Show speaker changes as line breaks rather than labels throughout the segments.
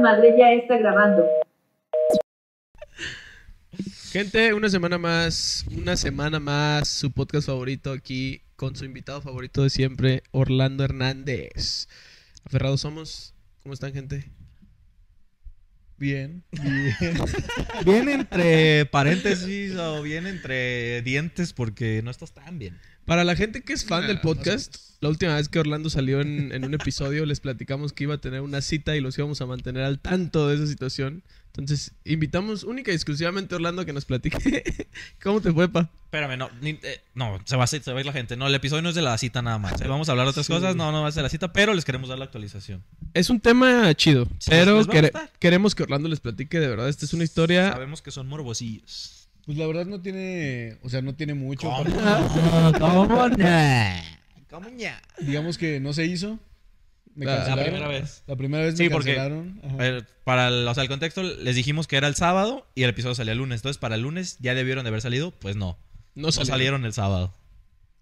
madre ya está grabando.
Gente, una semana más, una semana más, su podcast favorito aquí con su invitado favorito de siempre, Orlando Hernández. Aferrados somos. ¿Cómo están, gente?
Bien, bien. bien entre paréntesis o bien entre dientes porque no estás tan bien.
Para la gente que es fan
Nah,
del
más o
podcast,
menos.
la última vez que Orlando salió en, en un episodio les platicamos que iba a tener una cita y los íbamos a mantener al tanto de esa situación. Entonces, invitamos única y exclusivamente a Orlando a que nos platique cómo te fue, pa.
Espérame, no, ni- eh, no se, va a, se va a ir la gente. No, el episodio no es de la cita nada más. eh. Vamos a hablar de otras
Sí.
cosas. No, no va a ser la cita, pero les queremos dar la actualización.
Es un tema chido,
Sí,
pero
les va a
quere-
gustar.
queremos que Orlando les platique de verdad. Esta es una historia
Sabemos que son morbosillos.
Pues la verdad no tiene, o sea, no tiene mucho.
¿Cómo?
¿Cómo no?
¿Cómo ya?
Digamos que no se hizo. Me
La- la
La
cancelaron.
primera vez.
La primera vez me
Sí, porque-
cancelaron. Ajá.
Eh, Para el, o sea, el contexto, les dijimos que era el sábado y el episodio salía el lunes. Entonces, para el lunes ya debieron de haber salido. Pues no.
No
No
salieron.
salieron el sábado.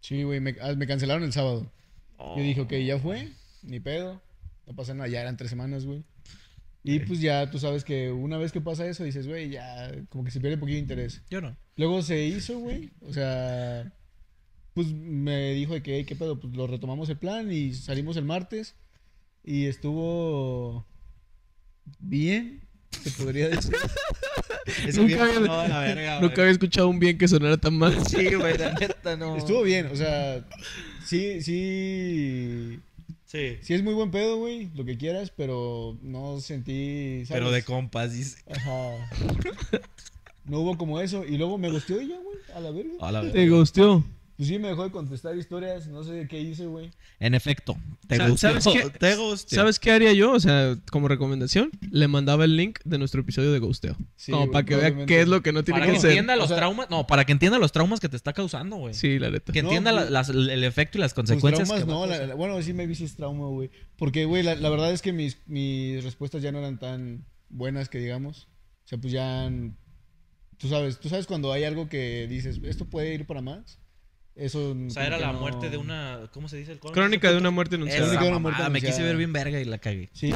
Sí, güey, me, ah, me cancelaron el sábado.
Oh.
Yo dije, ok, ya fue, ni pedo. No pasa nada, ya eran tres semanas, güey. Y pues ya tú sabes que una vez que pasa eso, dices, güey, ya como que se pierde un poquito de interés.
Yo no.
Luego se hizo, güey. O sea, pues me dijo de que, "Ey, ¿qué pedo? Pues lo retomamos el plan y salimos el martes. Y estuvo bien, se podría decir.
Ese
Nunca
viejo-
había-
no, la verga,
Nunca había escuchado un bien que sonara tan mal.
Sí, güey, la neta, no.
estuvo bien, o sea, sí, sí.
Sí.
Sí es muy buen pedo, güey, lo que quieras, pero no sentí... ¿sabes?
Pero de compas, dice.
Ajá. No hubo como eso. Y luego me gustó ella, güey, a la verga.
A la verga.
Te gusteó.
Pues sí, me dejó de contestar historias, no sé qué hice, güey.
En efecto.
Sa-
Te gusta.
¿sabes qué?
Te gusta.
¿Sabes qué haría yo? O sea, como recomendación, le mandaba el link de nuestro episodio de Gusteo.
Sí,
como
güey,
para que vea
probablemente.
qué es lo que no tiene
Para
que
que
hacer.
entienda los
O sea-
traumas. No, para que entienda los traumas que te está causando, güey.
Sí, la neta.
Que
No,
entienda la-
güey.
las- el efecto y las
Pues
consecuencias.
traumas
que va
no,
a
la-
causar.
la- bueno, sí me vi es trauma, güey. Porque, güey, la, la verdad es que mis, mis respuestas ya no eran tan buenas que digamos. O sea, pues ya... n- Tú sabes, tú sabes cuando hay algo que dices, esto puede ir para más. Eso...
O sea, era la muerte de una. ¿Cómo se dice el
Crónica de una muerte anunciada.
Esa
Crónica de una
mamada,
muerte
me quise
anunciada.
ver bien verga y la cagué.
Sí.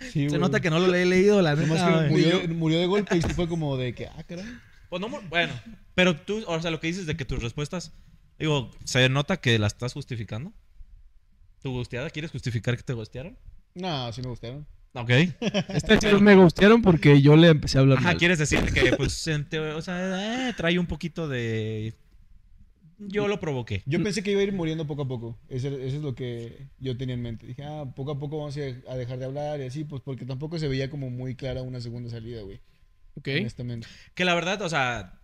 Sí,
Se
güey.
nota que no lo he leído, la
Nomás
neta.
que
güey.
murió, murió de golpe y sí fue como de que, ah, caray.
Pues no, mu- bueno, pero tú, o sea, lo que dices de que tus respuestas, digo, se nota que la estás justificando. ¿Tu gusteada? ¿Quieres justificar que te gustearon?
No, sí me gustaron.
Ok.
Estas chicas Este me gustearon porque yo le empecé a hablar
Ajá,
mal.
quieres decir que, pues, en teo- o sea, eh, trae un poquito de. Yo lo provoqué.
Yo pensé que iba a ir muriendo poco a poco. Ese- Eso, es lo que yo tenía en mente. Dije, ah, poco a poco vamos a de- a dejar de hablar y así, pues porque tampoco se veía como muy clara una segunda salida, güey.
Ok.
Honestamente.
Que la verdad, o sea,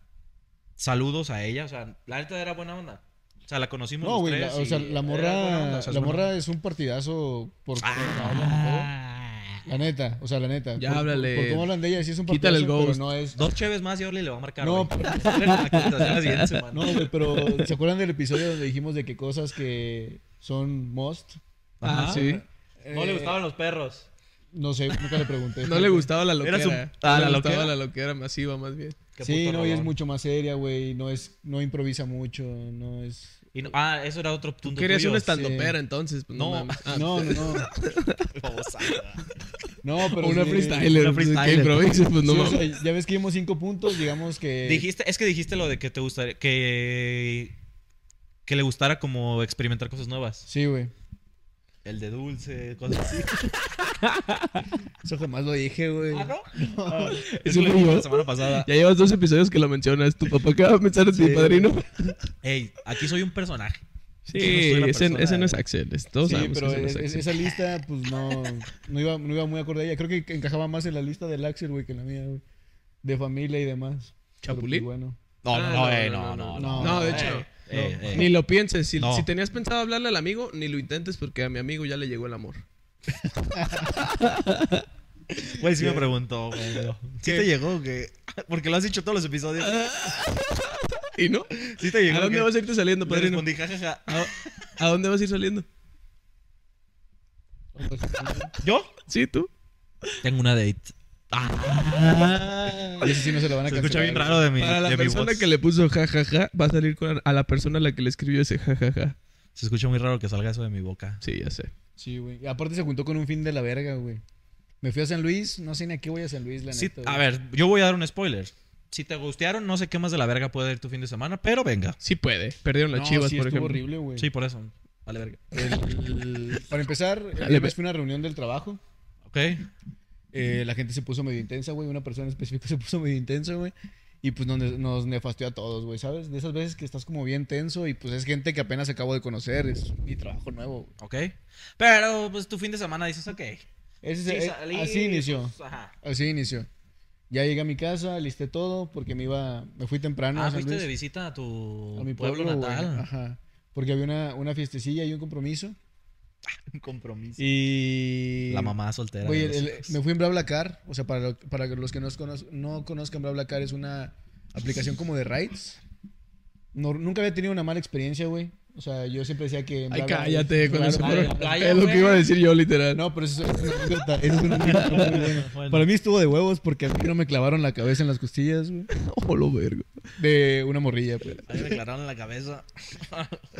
saludos a ella, o sea, la neta era buena onda. O sea, la conocimos.
No,
los
güey, la-
tres
o
y
sea, la
era buena onda,
morra,
o sea, es
la
buena
morra
onda.
es un partidazo por
Ah.
cómo hablan y todo. La neta, o sea, la neta.
Ya
por,
háblale.
Por cómo hablan de ella, sí es un partidazo,
Quítale el
pero
ghost.
no es...
Dos cheves más y Orly le va a marcar.
No,
güey. La quitación es bien, su mano.
No, güey, pero ¿se acuerdan del episodio donde dijimos de que cosas que son must?
Ah,
Ajá.
sí.
No le
Eh,
gustaban los perros.
No sé, nunca le pregunté.
No le gustaba la loquera.
Era su-
No
Ah,
le
la
gustaba
loquera.
la loquera masiva, más bien.
Qué
Sí,
puto
no, y es
rolón.
mucho más seria, güey. No es, no improvisa mucho, no es.
Y no- ah, eso era otro punto.
Querías
tuyo.
una estandopera, entonces. Pues, no.
No.
mames. Ah,
No, no, no.
Babosada.
No, pero.
o una
sí-
freestyler.
Una
pues, Que
freestyler.
improvise, pues no
sí, o
mames.
sea, ya ves que dimos cinco puntos, digamos que.
Dijiste, es que dijiste lo de que te gustaría, que, que le gustara como experimentar cosas nuevas.
Sí, güey.
El de dulce, cosas así.
Eso jamás lo dije, güey.
¿Ah, no?
Eso
Eso lo
fui
dije
yo.
la semana pasada.
Ya llevas dos episodios que lo mencionas. Tu papá que va a pensar en tu padrino.
Ey, aquí soy un personaje.
Sí,
Yo no soy la
ese,
persona,
ese no es
güey.
Axel. es- Todos
sí,
sabemos
pero
que ese no es
es- es-
Axel.
esa lista, pues no, no, iba, no iba muy acorde a ella. Creo que encajaba más en la lista del Axel, güey, que en la mía, güey. De familia y demás. Pero, pues,
¿Chapulín?
Bueno.
No,
Ah,
no,
no,
no, ey,
no, no,
no, no, Eh, no.
no.
No, de
Ey,
hecho,
ey, ey.
Ni lo pienses. Si,
No.
si tenías pensado hablarle al amigo, ni lo intentes porque a mi amigo ya le llegó el amor.
Güey, sí me preguntó, güey. ¿Sí te llegó que Porque lo has dicho todos los episodios.
¿Y no?
Sí te llegó
¿A dónde
que-
vas a irte saliendo,
Le
padrino?
respondí, jajaja.
¿A, a dónde vas a ir saliendo?
¿Yo? Ah.
¿Sí, tú?
Tengo una date.
Y eso sí no se lo van a
Ah. Se
cancelar.
escucha bien
güey.
raro de mi,
Para la
de mi
persona
voz.
que le puso jajaja, va a salir con a la persona a la que le escribió ese jajaja.
Se escucha muy raro que salga eso de mi boca.
Sí, ya sé.
Sí, güey. Y aparte se juntó con un fin de la verga, güey. Me fui a San Luis, no sé ni a qué voy a San Luis, la
Sí,
neta.
a
güey.
ver, yo voy a dar un spoiler. Si te gustearon, no sé qué más de la verga puede ir tu fin de semana, pero venga.
Sí puede. Perdieron las
No,
chivas,
sí,
por ejemplo.
estuvo horrible, güey.
Sí, por eso. Vale, verga.
El- el- para empezar, el
Dale, ve.
viernes fue una reunión del trabajo.
Ok.
Eh, la gente se puso medio intensa, güey. Una persona específica se puso medio intensa, güey. Y pues nos, nos nefasteó a todos, güey, ¿sabes? De esas veces que estás como bien tenso y pues es gente que apenas acabo de conocer. Es mi trabajo nuevo, güey.
Ok. Pero, pues, tu fin de semana dices, ok.
Ese es-
Sí,
eh,
salí,
así inició.
pues, ajá.
Así inició. Ya llegué a mi casa, listé todo porque me iba... Me fui temprano.
Ah,
a San
fuiste
Luis,
de visita a tu
a mi
pueblo,
pueblo, güey.
natal.
Ajá. Porque había una, una fiestecilla y un compromiso.
Un compromiso.
Y...
La mamá soltera.
Güey,
de los
el- el-
hijos.
me fui en BlaBlaCar. O sea, para, lo- para los que no, conoz- no conozcan, BlaBlaCar es una aplicación como de rides. No- nunca había tenido una mala experiencia, güey. O sea, yo siempre decía que... en
Ay,
BlaBlaCar-
cállate con
Claro,
eso.
la
pero-
playa,
es lo que
güey.
iba a decir yo, literal.
No, pero eso es una anécdota. eso es una anécdota muy buena.
Bueno.
Para mí estuvo de huevos porque a mí no me clavaron la cabeza en las costillas, güey.
Oh, lo vergo.
De una morrilla, pues.
Ahí me clavaron la cabeza.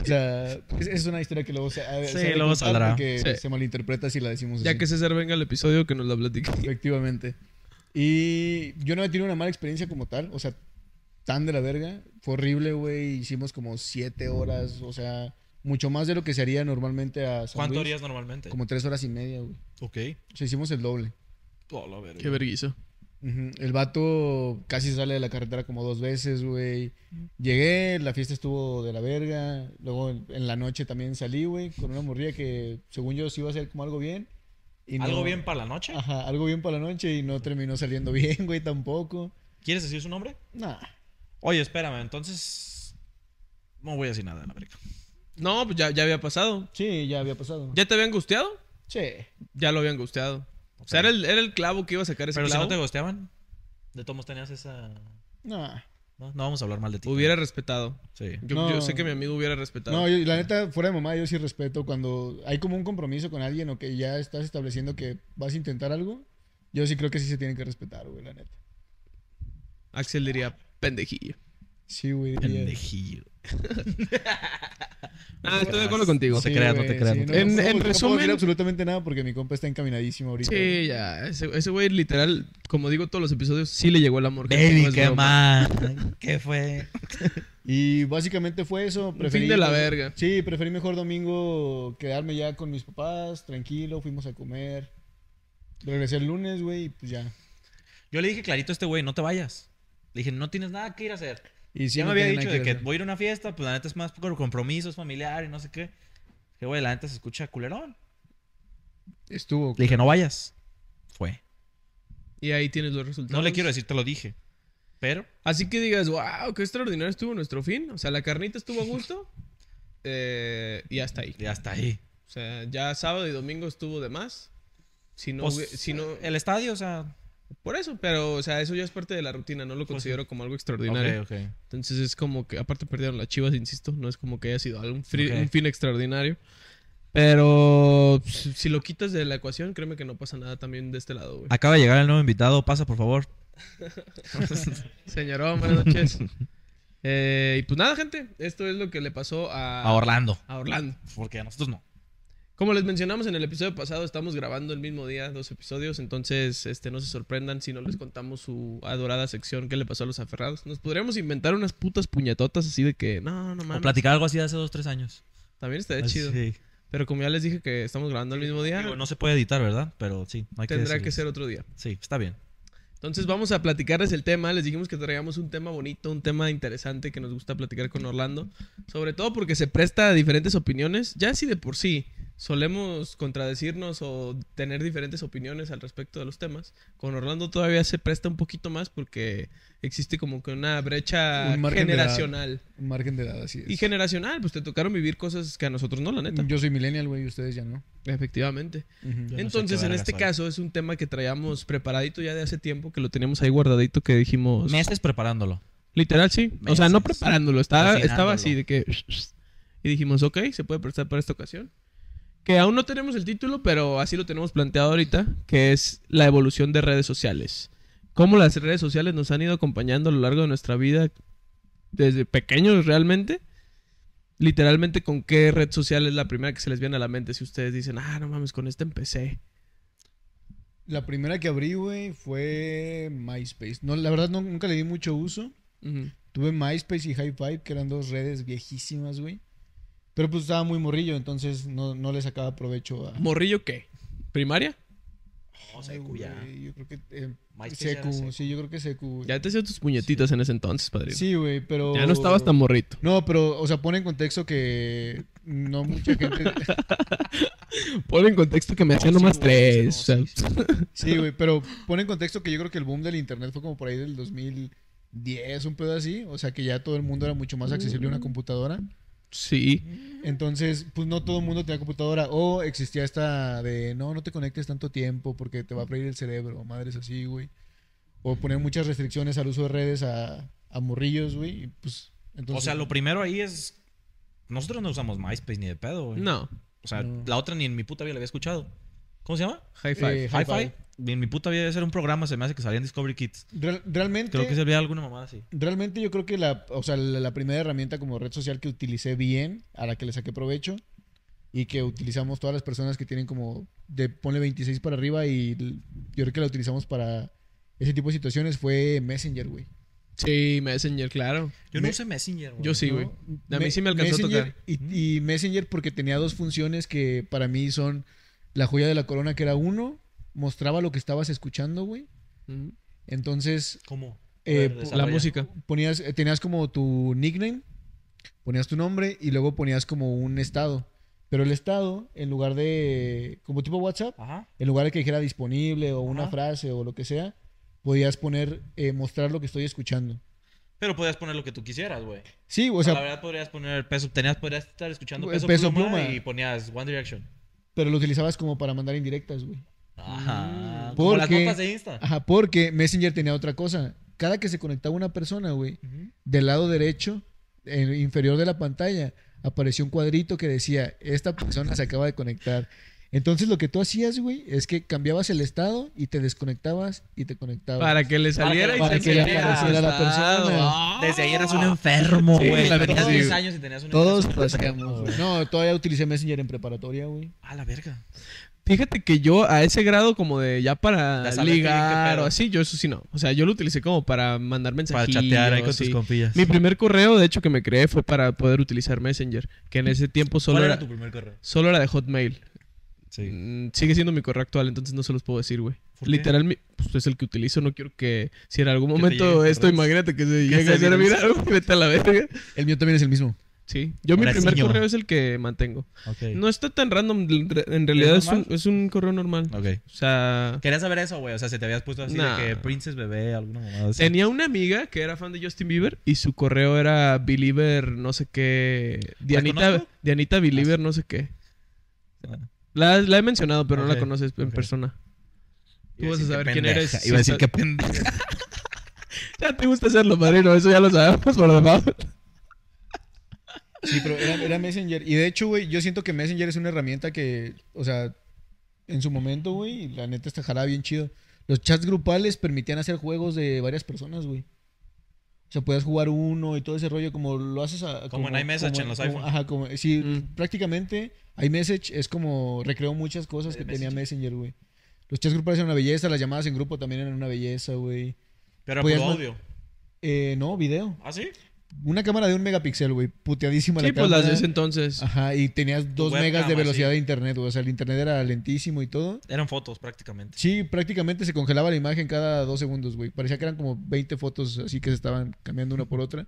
O sea, es, es una historia que luego se... a-
Sí,
se ha de
luego
contar
saldrá.
Porque
Sí.
se malinterpreta si la decimos
pues Ya
así.
que César venga al episodio, que nos la platique.
Efectivamente. Y yo no había tenido una mala experiencia como tal, o sea, tan de la verga. Fue horrible, güey. Hicimos como siete horas, o sea, mucho más de lo que se haría normalmente a San
¿Cuánto
Luis.
harías normalmente?
Como tres horas y media, güey.
Ok.
O sea, hicimos el doble.
Oh, la verga.
Qué verguizo.
Ujú. El vato casi sale de la carretera como dos veces, güey. Llegué, la fiesta estuvo de la verga. Luego en, en la noche también salí, güey, con una morrilla que según yo sí iba a ser como algo bien. y no-
¿Algo bien para la noche?
Ajá, algo bien para la noche y no terminó saliendo bien, güey, tampoco.
¿Quieres decir su nombre?
Nah.
Oye, espérame, entonces. No voy a decir nada en América.
No, pues ya, ya había pasado.
Sí, ya había pasado.
¿Ya te habían gusteado?
Sí.
Ya lo habían gusteado. O sea, era el, era el clavo que iba a sacar ese
Pero si no
clavo.
te gosteaban, de todos modos tenías esa.
Nah.
No, no vamos a hablar mal de ti.
Hubiera respetado.
Sí.
Yo,
No.
yo sé que mi amigo hubiera respetado.
No, yo- la neta, fuera de mamá, yo sí respeto cuando hay como un compromiso con alguien o que ya estás estableciendo que vas a intentar algo. Yo sí creo que sí se tiene que respetar, güey, la neta.
Axel diría pendejillo.
Sí, güey. diría-
Pendejillo.
Ah, estoy de acuerdo contigo.
No
Sí,
te creas, no
güey,
te creas,
sí,
no te
no,
creas. En-
no
en
puedo- no puedo decir
resumen-
absolutamente nada porque mi compa está encaminadísimo ahorita.
ya. Ese ese güey, literal, como digo todos los episodios, sí le llegó el amor. que
Baby,
no es
qué
broma.
más. ¿Qué fue?
Y básicamente fue eso. Preferí,
fin de la verga.
Sí, preferí mejor domingo quedarme ya con mis papás, tranquilo, fuimos a comer. Regresé el lunes, güey, y pues ya.
Yo le dije clarito a este güey, no te vayas. Le dije, no tienes nada que ir a hacer.
Y sí,
ya
no
me había
tenía
dicho
nada
de que
hacer.
voy a ir a una fiesta, pues la neta es más por compromisos familiar y no sé qué. Que güey, la neta se escucha culerón.
Estuvo.
Le dije, no vayas. Fue.
Y ahí tienes los resultados.
No le quiero decir, te lo dije. Pero.
Así que digas, wow, qué extraordinario estuvo nuestro fin. O sea, la carnita estuvo a gusto. eh, y hasta ahí.
Y hasta ahí.
O sea, ya sábado y domingo estuvo de más. Si no,
Pues,
hubie- si no,
El estadio, o sea.
por eso, pero, o sea, eso ya es parte de la rutina, no lo
Pues sí.
considero como algo extraordinario.
Ok, ok.
Entonces es como que, aparte perdieron las chivas, insisto, no es como que haya sido algún fri-
Ok.
un fin extraordinario. Pero si si lo quitas de la ecuación, créeme que no pasa nada también de este lado, güey.
Acaba de llegar el nuevo invitado, pasa por favor.
Señorón, buenas noches. Eh, y pues nada, gente, esto es lo que le pasó a,
A Orlando.
a Orlando.
Porque a nosotros no.
Como les mencionamos en el episodio pasado, estamos grabando el mismo día dos episodios, entonces este, no se sorprendan si no les contamos su adorada sección que le pasó a los aferrados. Nos podríamos inventar unas putas puñetotas así de que, no, no
O
mames,
platicar algo así de hace dos, tres años.
también estaría
Así.
chido. Pero como ya les dije que estamos grabando el mismo día,
Digo, no se puede editar, ¿verdad? Pero sí, no hay que
tendrá que
decirles.
ser otro día.
Sí, está bien.
Entonces vamos a platicarles el tema. Les dijimos que traíamos un tema bonito, un tema interesante que nos gusta platicar con Orlando. Sobre todo porque se presta a diferentes opiniones. Ya si de por sí solemos contradecirnos o tener diferentes opiniones al respecto de los temas, con Orlando todavía se presta un poquito más porque existe como que una brecha
Un margen de edad.
generacional.
Un margen de edad, así es.
Y generacional, pues te tocaron vivir cosas que a nosotros no, la neta.
Yo soy millennial, güey, y ustedes ya no.
Efectivamente.
Ujú.
Yo no sé
Entonces,
qué
en
verga
este
soy.
caso es un tema que traíamos preparadito ya de hace tiempo, que lo teníamos ahí guardadito, que dijimos...
Meses preparándolo.
Literal, sí. O sea, no
Meses.
preparándolo, estaba,
Cocinándolo.
estaba así de que... Y dijimos, ok, se puede prestar para esta ocasión. Que aún no tenemos el título, pero así lo tenemos planteado ahorita, que es la evolución de redes sociales. Cómo las redes sociales nos han ido acompañando a lo largo de nuestra vida, desde pequeños realmente. Literalmente, ¿con qué red este social es la primera que se les viene a la mente si ustedes dicen, ah, no mames, con esta empecé?
La primera que abrí, güey, fue MySpace. No, la verdad no- nunca le di mucho uso.
Ujú.
Tuve MySpace y hi Five, que eran dos redes viejísimas, güey. Pero pues estaba muy morrillo, entonces no, no le sacaba provecho a...
¿Morrillo qué? ¿Primaria?
No,
Ay,
secu ya.
güey, Yo creo que... eh,
MySpace ya era
secu,
secu.
sí, yo creo que secu, güey.
Ya te hacías tus puñetitas en ese entonces, padrino.
Sí, güey, pero...
Ya no estabas tan morrito.
No, pero, o sea, pone en contexto que no mucha gente...
Pon en contexto que me hacían nomás tres. o sea,
Sí, güey, pero pone en contexto que yo creo que el boom del internet fue como por ahí del 2010, un pedo así. O sea, que ya todo el mundo era mucho más accesible a una computadora.
sí.
Entonces, pues no todo el mundo tenía computadora. O existía esta de, no, no te conectes tanto tiempo porque te va a freír el cerebro. Madres así, güey. O poner muchas restricciones al uso de redes a, a morrillos, güey. y, pues, entonces,
O sea, lo primero ahí es. Nosotros no usamos MySpace ni de pedo, güey.
No.
O sea,
No.
la otra ni en mi puta vida la había escuchado. ¿Cómo se llama?
High five.
Eh,
Hi-Fi.
Hi-Fi.
Ni En mi puta vida debe ser un programa, se me hace que salía en Discovery Kids.
real- realmente...
Creo que se veía alguna mamada así.
Realmente yo creo que la, o sea, la, la primera herramienta como red social que utilicé bien, a la que le saqué provecho y que utilizamos todas las personas que tienen como de ponle 26 para arriba y l- yo creo que la utilizamos para ese tipo de situaciones fue Messenger, güey.
Sí, Messenger, claro.
Yo no
Me-
usé Messenger, güey.
Yo sí,
¿no?
güey. A mí
Me-
sí me alcanzó a
Messenger
tocar.
Y, y Messenger porque tenía dos funciones que para mí son la joya de la corona, que era uno, mostraba lo que estabas escuchando, güey.
Mm.
Entonces
¿Cómo?
Eh,
A ver,
la
La
desarrolla.
música.
ponías, eh, tenías como tu nickname, ponías tu nombre y luego ponías como un estado. Pero el estado, en lugar de, como tipo WhatsApp,
Ajá.
en lugar de que dijera disponible o una
Ajá.
frase o lo que sea, podías poner, eh, mostrar lo que estoy escuchando.
Pero podías poner lo que tú quisieras, güey.
Sí, o
O sea, la
sea,
verdad podrías poner peso, tenías, podrías estar escuchando
Güey,
peso,
Peso
pluma,
Pluma.
y ponías One Direction.
pero lo utilizabas como para mandar indirectas, güey.
Ajá.
Mm.
Como las
Porque-
notas de Insta.
Ah.
Ajá, porque Messenger tenía otra cosa. Cada que se conectaba una persona, güey,
Ujú.
del lado derecho, en inferior de la pantalla, apareció un cuadrito que decía, esta persona se acaba de conectar. Entonces lo que tú hacías, güey, es que cambiabas el estado y te desconectabas y te conectabas.
Para que le saliera y
Para
se
que le
encendiera.
apareciera la persona.
Ah.
Desde ahí eras un enfermo,
Sí,
güey.
la
Tenías
verdad, sí,
10
güey.
años y tenías un
Todos
enfermo.
lo
pues,
hacíamos, güey. No, todavía utilicé Messenger en preparatoria, güey.
A la verga.
Fíjate que yo a ese grado como de ya para
Ya sabes bien qué
ligar
pedo.
o así, yo eso sí no. O sea, yo lo utilicé como para mandar
Para
mensajes.
chatear ahí con tus compillas.
Mi primer correo, de hecho, que me creé fue para poder utilizar Messenger. Que en ese tiempo solo
¿Cuál
era,
era tu primer correo?
solo era de Hotmail.
Sí.
Mm, sigue siendo mi correo actual, entonces no se los puedo decir, güey.
¿Por qué?
Literal, mi- pues es el que utilizo. No quiero que si en algún
te
momento
lleguen
esto,
correos.
imagínate que se
Que
llegue a
se
hacer
viralice.
viral, güey, vete a la verga.
El mío también es el mismo.
Sí, yo mi
Ahora sí,
primer
yo.
correo es el que mantengo.
Ok.
No está tan random, en realidad es, un,
normal? Ah.
es un correo normal.
Ok.
O sea,
Quería saber eso, güey. O sea, si te habías puesto así
Nah.
de que Princess Bebé, alguna mamada así.
tenía una amiga que era fan de Justin Bieber y su correo era Believer, no sé qué. Dianita,
conozco? Ah,
Dianita Believer, no sé qué. La, la he mencionado, pero no
Ok,
la conoces en
ok.
persona. Tú
Iba a
vas a
decir, qué
saber quién
pendeja.
eres.
Iba a
si
decir,
sa-
qué pendeja.
Ya te gusta hacerlo, padrino, eso ya lo sabemos por demás.
Sí, pero era, era Messenger. Y de hecho, güey, yo siento que Messenger es una herramienta que, o sea, en su momento, güey, la neta está jalada bien chido. Los chats grupales permitían hacer juegos de varias personas, güey. O sea, podías jugar uno y todo ese rollo, como lo haces a-
Como en iMessage
como-
en los
como-
iPhone.
Ajá, como, sí,
Mm.
prácticamente iMessage es como recreó muchas cosas
De
que tenía Messenger, güey. Los chats grupales eran una belleza, las llamadas en grupo también eran una belleza, güey.
Pero por
Pues
Podías ma-
audio.
Eh, no, video.
¿Ah, sí?
Una cámara de un megapíxel, güey. Puteadísima
Sí,
la
pues
cámara.
las de ese entonces.
Ah,
Ajá, y tenías dos
webcam,
megas de
así.
velocidad de internet, güey. O sea, el internet era lentísimo y todo.
Eran fotos prácticamente.
Sí, prácticamente se congelaba la imagen cada dos segundos, güey. Parecía que eran como 20 fotos así que se estaban cambiando una por otra.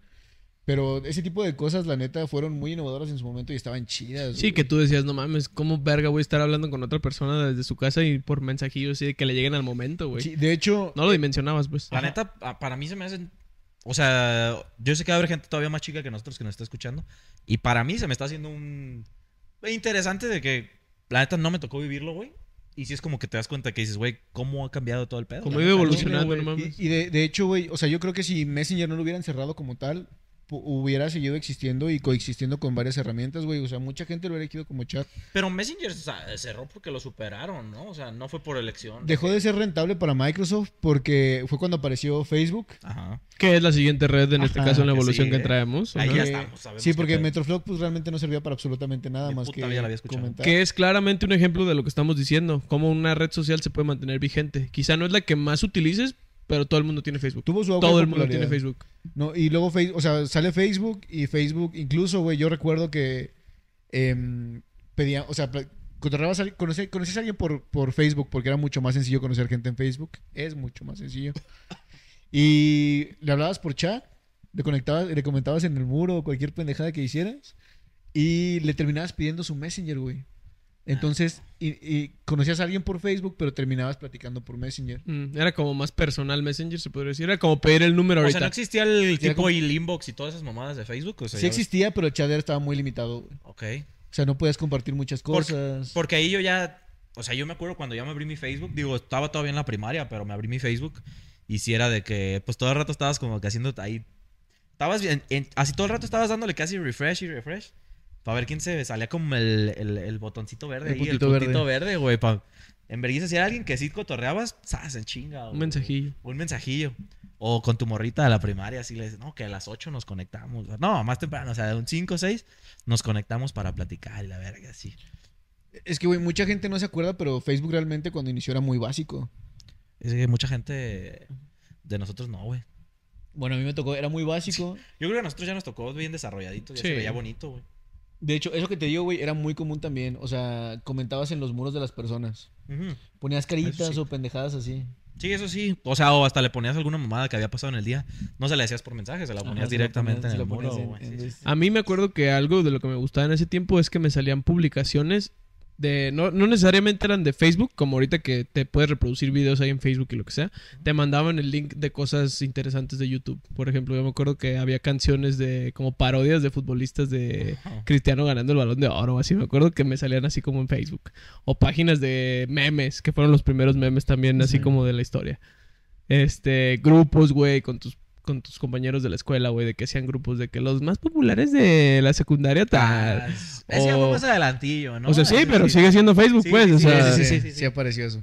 Pero ese tipo de cosas, la neta, fueron muy innovadoras en su momento y estaban chidas.
pues
Sí,
güey.
que tú decías, no mames, ¿cómo verga voy a estar hablando con otra persona desde su casa y por mensajillos y de que le lleguen al momento, güey?
Sí, de hecho,
No lo dimensionabas, pues.
La neta, a- para mí se me hacen. O sea, yo sé que va a haber gente todavía más chica que nosotros que nos está escuchando. Y para mí se me está haciendo un. Interesante de que. La neta no me tocó vivirlo, güey. Y sí es como que te das cuenta que dices, güey, ¿cómo ha cambiado todo el pedo?
Como
La
iba
neta,
evolucionando,
güey.
no mames.
Y, y de, de hecho, güey, o sea, yo creo que si Messenger no lo hubieran cerrado como tal, pu- hubiera seguido existiendo y coexistiendo con varias herramientas, güey. O sea, mucha gente lo hubiera elegido como chat.
Pero Messenger o sea, cerró porque lo superaron, ¿no? O sea, no fue por elección.
Dejó de ser rentable para Microsoft porque fue cuando apareció Facebook.
Ajá.
¿Qué es la siguiente red? En este
Ajá,
caso, en la
que
evolución
sí,
que
¿eh?
traemos.
Ahí
Ajá.
ya estamos, sabemos
Sí,
qué
porque
pedo.
Metroflog pues realmente no servía para absolutamente nada
Ni
más
puta
que
vida la había escuchado.
comentar.
Que es claramente un ejemplo de lo que estamos diciendo. Cómo una red social se puede mantener vigente. Quizá no es la que más utilices, pero todo el mundo tiene Facebook.
Tuvo su auge
Todo
de
el mundo
popularidad.
tiene Facebook.
No, y luego, Face- o sea, sale Facebook y Facebook, incluso, güey, yo recuerdo que em, pedía, o sea, pla- cotorreabas a alguien- conoce- conocías a alguien por, por Facebook porque era mucho más sencillo conocer gente en Facebook. Es mucho más sencillo. Y le hablabas por chat, le, conectabas, le comentabas en el muro o cualquier pendejada que hicieras y le terminabas pidiendo su Messenger, güey. Entonces, y, y conocías a alguien por Facebook, pero terminabas platicando por Messenger.
Mm, era como más personal Messenger, se podría decir. Era como pedir el número
O
ahorita.
sea, no existía el
Ya
tipo
como-
el inbox y todas esas mamadas de Facebook. O sea,
Sí
ya-
existía, pero el chat era- estaba muy limitado, güey.
Ok.
O sea, no podías compartir muchas
Porque-
cosas.
Porque ahí yo ya. O sea, yo me acuerdo cuando ya me abrí mi Facebook. Digo, estaba todavía en la primaria, pero me abrí mi Facebook. Y si era de que, pues todo el rato estabas como que haciendo ahí. Estabas bien. en- así todo el rato estabas dándole casi refresh y refresh. Para ver quién se salía como el, el- el botoncito verde.
El
ahí, El,
puntito verde.
puntito verde, güey. pa- En vergüenza, si era alguien que sí cotorreabas, ¡zas! En chinga.
Un
güey.
mensajillo.
Un mensajillo. O con tu morrita de la primaria, así le dices, no, que a las 8 nos conectamos. No, más temprano, o sea, de un 5 o 6 nos conectamos para platicar y la verga, así.
Es que, güey, mucha gente no se acuerda, pero Facebook realmente cuando inició era muy básico.
Es que mucha gente de nosotros no, güey.
Bueno, a mí me tocó, era muy básico.
Yo creo que a nosotros ya nos tocó bien desarrolladito, ya
Sí.
se veía bonito, güey.
De hecho, eso que te digo, güey, era muy común también. O sea, comentabas en los muros de las personas.
Ujú.
Ponías caritas
Eso sí.
o pendejadas así.
Sí, eso sí. O sea, o hasta le ponías alguna mamada que había pasado en el día. No se la decías por mensaje, se la ponías
Ajá, se lo
directamente
ponías- se
en
lo
el muro,
ponías en-
güey. Sí,
en
sí.
este-
A mí me acuerdo que algo de lo que me gustaba en ese tiempo es que me salían publicaciones de no, no necesariamente eran de Facebook, como ahorita que te puedes reproducir videos ahí en Facebook y lo que sea. Te mandaban el link de cosas interesantes de YouTube. Por ejemplo, yo me acuerdo que había canciones de como parodias de futbolistas de
Ajá.
Cristiano ganando el balón de oro, así me acuerdo que me salían así como en Facebook o páginas de memes, que fueron los primeros memes también así
Sí.
como de la historia. Este, grupos, güey, con tus con tus compañeros de la escuela, güey, de que hacían grupos de que los más populares de la secundaria tal.
Ah, es- es que
O-
fue más adelantillo, ¿no?
o sea, sí,
Así,
pero sigue siendo Facebook,
Sí,
pues,
sí,
o
sí,
sea,
sí, sí, sí, sí.
apareció eso.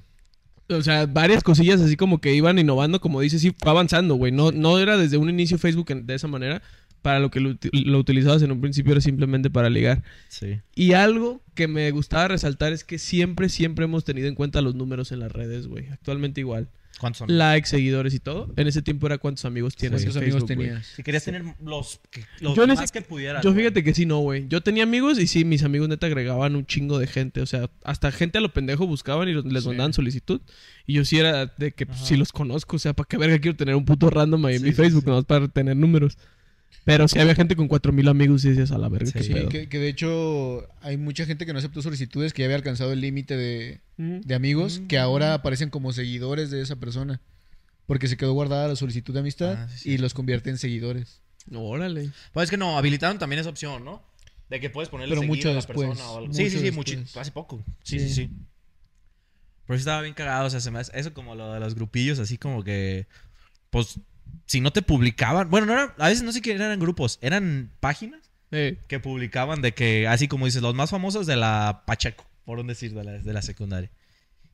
o sea, varias cosillas así como que iban innovando, como dices, sí, fue avanzando, güey. No, no era desde un inicio Facebook en- de esa manera. Para lo que lo, uti- lo utilizabas en un principio era simplemente para ligar.
Sí.
Y algo que me gustaba resaltar es que siempre, siempre hemos tenido en cuenta los números en las redes, güey. Actualmente igual.
¿Cuántos son?
Likes, seguidores y todo. En ese tiempo era cuántos amigos tienes.
¿Cuántos
en
amigos
Facebook, güey.
tenías?
Si querías tener los, que- los
Yo en
más
ese-
que pudieras.
Yo
güey.
fíjate que sí, no, güey. Yo tenía amigos y sí, mis amigos neta agregaban un chingo de gente. O sea, hasta gente a lo pendejo buscaban y los- les
Sí.
mandaban solicitud. Y yo sí era de que pues,
Ajá.
si los conozco, o sea, ¿para qué verga quiero tener un puto random ahí en
Sí,
mi
sí,
Facebook?
sí.
Nomás para tener números. Pero sí había gente con cuatro mil amigos y decías a la verga,
Sí.
qué
Sí,
pedo.
que, que de hecho hay mucha gente que no aceptó solicitudes, que ya había alcanzado el límite de,
Mm.
de amigos, que ahora aparecen como seguidores de esa persona. Porque se quedó guardada la solicitud de amistad
Ah, sí, sí.
y los convierte en seguidores.
Órale.
Pues es que no, habilitaron también esa opción, ¿no? De que puedes ponerle
Pero
seguir
mucho
a la
después,
persona o algo.
mucho
sí, sí, sí,
después.
mucho- hace poco. Sí, sí,
Sí.
sí. Pero sí estaba bien cagado, o sea, se me hace- eso como lo de los grupillos, así como que, pues, si no te publicaban, bueno, no era, a veces no sé qué eran grupos, eran páginas
Eh,
que publicaban de que, así como dices, los más famosos de la Pacheco, por un decir, de la, de la secundaria.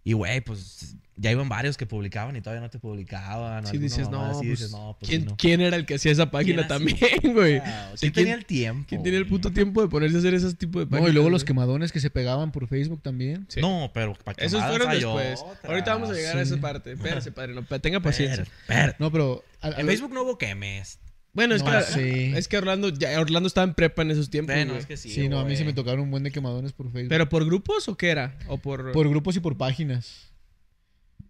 Y, güey, pues, ya iban varios que publicaban y todavía no te publicaban. o
sí
alguna
dices,
mamada
no,
así,
pues,
dices, no, pues, sí,
¿quién,
no".
quién era el que hacía esa página
¿Quién hacía?
también, güey?
Ah,
O sea,
¿Quién tenía el tiempo?
¿Quién tiene el
güey?
puto tiempo de ponerse a hacer ese tipo de páginas?
No, y luego los
güey?
quemadones que se pegaban por Facebook también.
Sí.
No, pero para
Esos fueron después. Ahorita vamos a llegar a
sí.
esa parte. Espérese, padre. No, tenga
Pues
paciencia.
No, pero. a- a-
En Facebook no hubo quemes.
Bueno, es,
No,
que,
sí.
es que Orlando, ya, Orlando estaba en prepa en esos tiempos.
Bueno,
güey.
es que sí.
Sí, no, a mí
güey.
sí me tocaron un buen de quemadones por Facebook.
¿Pero por grupos o qué era? O por...
por grupos y por páginas.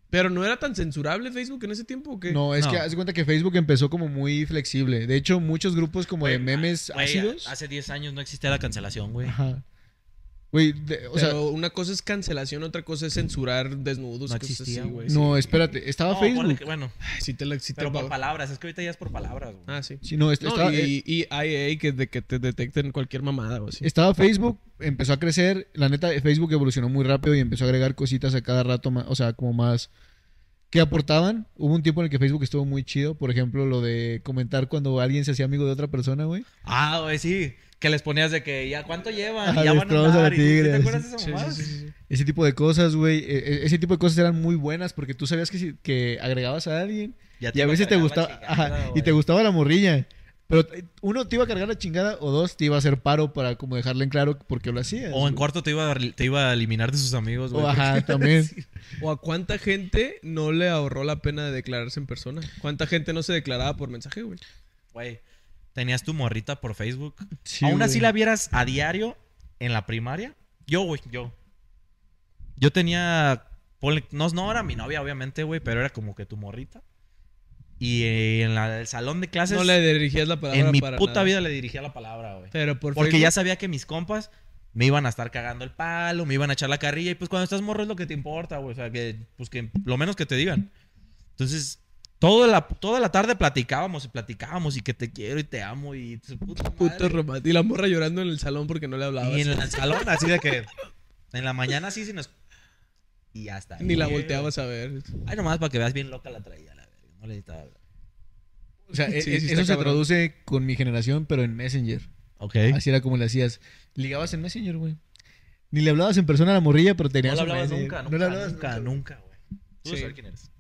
¿Pero no era tan censurable Facebook en ese tiempo o qué?
No, es
No.
que haz de cuenta que Facebook empezó como muy flexible. De hecho, muchos grupos como de
Güey, ah,
memes
güey,
ácidos.
Hace 10 años no existía la cancelación, güey.
Ajá. Güey, de- o
O
sea,
sea, una cosa es cancelación, otra cosa es censurar desnudos.
No
cosas
existía,
así, güey.
no,
sí.
espérate, estaba
No, ponle
Ah, Facebook.
que- bueno,
Ay, sí te la... sí te
pero por
va-
palabras. Es que ahorita ya es por palabras, güey.
Ah, sí.
Sí, no, est-
No,
estaba, eh,
y, y IA E que, de que te detecten cualquier mamada o así.
estaba Facebook, empezó a crecer. La neta, Facebook evolucionó muy rápido y empezó a agregar cositas a cada rato, ma- o sea, como más que aportaban. Hubo un tiempo en el que Facebook estuvo muy chido. Por ejemplo, lo de comentar cuando alguien se hacía amigo de otra persona, güey.
Ah, güey, sí. Que les ponías de que ya cuánto llevan,
Ajá,
y ya van a
Ah, destroza
andar.
la
y tú- ¿sí ¿Te
tigre,
acuerdas
sí,
de esa
sí,
mamada?
sí, sí,
Ese tipo de cosas, güey. E- e- Ese tipo de cosas eran muy buenas porque tú sabías que, si- que agregabas a alguien y a veces te gustaba. ajá, y te gustaba la morrilla. Pero t- uno te iba a cargar la chingada o dos te iba a hacer paro para como dejarle en claro por qué lo hacías.
O en
güey.
cuarto te iba a, te iba a eliminar de sus amigos, güey.
O, ajá, también.
¿O a cuánta gente no le ahorró la pena de declararse en persona? ¿Cuánta gente no se declaraba por mensaje, güey?
Güey, tenías tu morrita por Facebook.
Sí,
Aún así
güey.
la vieras a diario en la primaria. Yo, güey, yo. Yo tenía. ponle- no, no era mi novia, obviamente, güey, pero era como que tu morrita. Y eh, en la- el salón de clases.
No le dirigías la palabra
en mi
para
puta
nada.
vida le dirigía la palabra, güey.
Pero por
Porque
Facebook-
ya sabía que mis compas me iban a estar cagando el palo, me iban a echar la carrilla. Y pues cuando estás morro es lo que te importa, güey. O sea, que, pues que lo menos que te digan. Entonces, toda la, toda la tarde platicábamos y platicábamos y que te quiero y te amo y su puta
Puto
madre.
romántico. Y la morra llorando en el salón porque no le hablabas.
Y en el salón, así de que en la mañana sí se nos... Y hasta ahí,
Ni la
güey.
volteabas a ver.
Ay, nomás para que veas bien loca la traía, la verga. No le necesitaba hablar.
O sea,
Sí,
e-
sí,
e-
está
eso se
cabrón.
traduce con mi generación, pero en Messenger.
Ok.
Así era como le hacías. Ligabas en Messenger, güey. Ni le hablabas en persona a la morrilla, pero
No
tenías
le
un
hablabas
Messenger.
nunca,
No
nunca,
le
nunca,
hablabas
nunca,
nunca.
güey. Tú debes
Sí.
saber quién eres.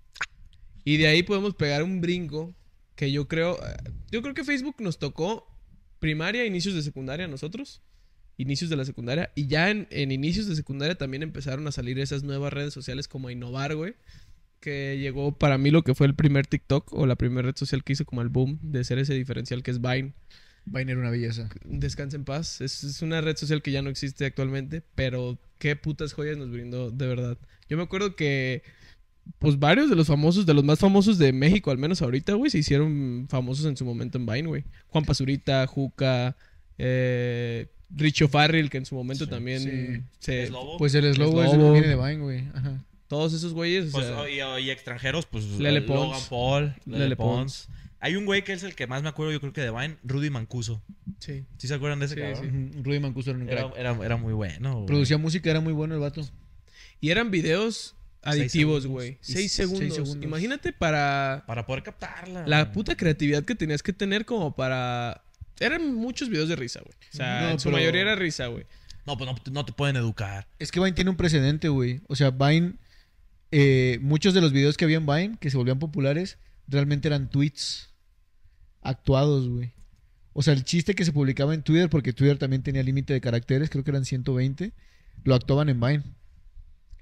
Y de ahí podemos pegar un brinco que yo creo... eh, Yo creo que Facebook nos tocó primaria, inicios de secundaria a nosotros. Inicios de la secundaria. Y ya en, en inicios de secundaria también empezaron a salir esas nuevas redes sociales como a innovar, güey. Que llegó para mí lo que fue el primer TikTok o la primera red social que hizo como el boom de ser ese diferencial que es Vine.
Vine era una belleza.
Descansa en paz. Es, es una red social que ya no existe actualmente, pero qué putas joyas nos brindó, de verdad. Yo me acuerdo que, pues, varios de los famosos, de los más famosos de México, al menos ahorita, güey, se hicieron famosos en su momento en Vine, güey. Juan Pazurita, Juca, eh, Richo Farrell, que en su momento
Sí,
también
sí.
se.
Oh, ¿Es lobo?
Pues el Slow es el
Slobo.
que viene de Vine, güey. Ajá.
Todos esos güeyes, o
Pues,
sea,
oh, y, oh, y extranjeros, pues
Lele
eh, Logan
Pons.
Paul, Lele,
Lele
Pons. Hay un güey que es el que más me acuerdo, yo creo que de Vine, Rudy Mancuso.
sí.
¿Sí se acuerdan de ese
Sí,
cabrón?
sí.
Ujú. Rudy Mancuso era un
Era,
crack.
era- era muy bueno. güey.
Producía música, era muy bueno el vato.
Y eran videos
Seis
aditivos,
segundos.
güey.
Y
Seis
seis
segundos.
segundos.
Imagínate para
Para poder captarla.
La
güey.
puta creatividad que tenías que tener como para... Eran muchos videos de risa, güey. O sea,
No,
en su
pero-
mayoría era risa, güey.
No, pues no, no te pueden educar.
Es que Vine tiene un precedente, güey. O sea, Vine. eh, muchos de los videos que había en Vine, que se volvían populares, realmente eran tweets actuados, güey. O sea, el chiste que se publicaba en Twitter, porque Twitter también tenía límite de caracteres, creo que eran 120, lo actuaban en Vine.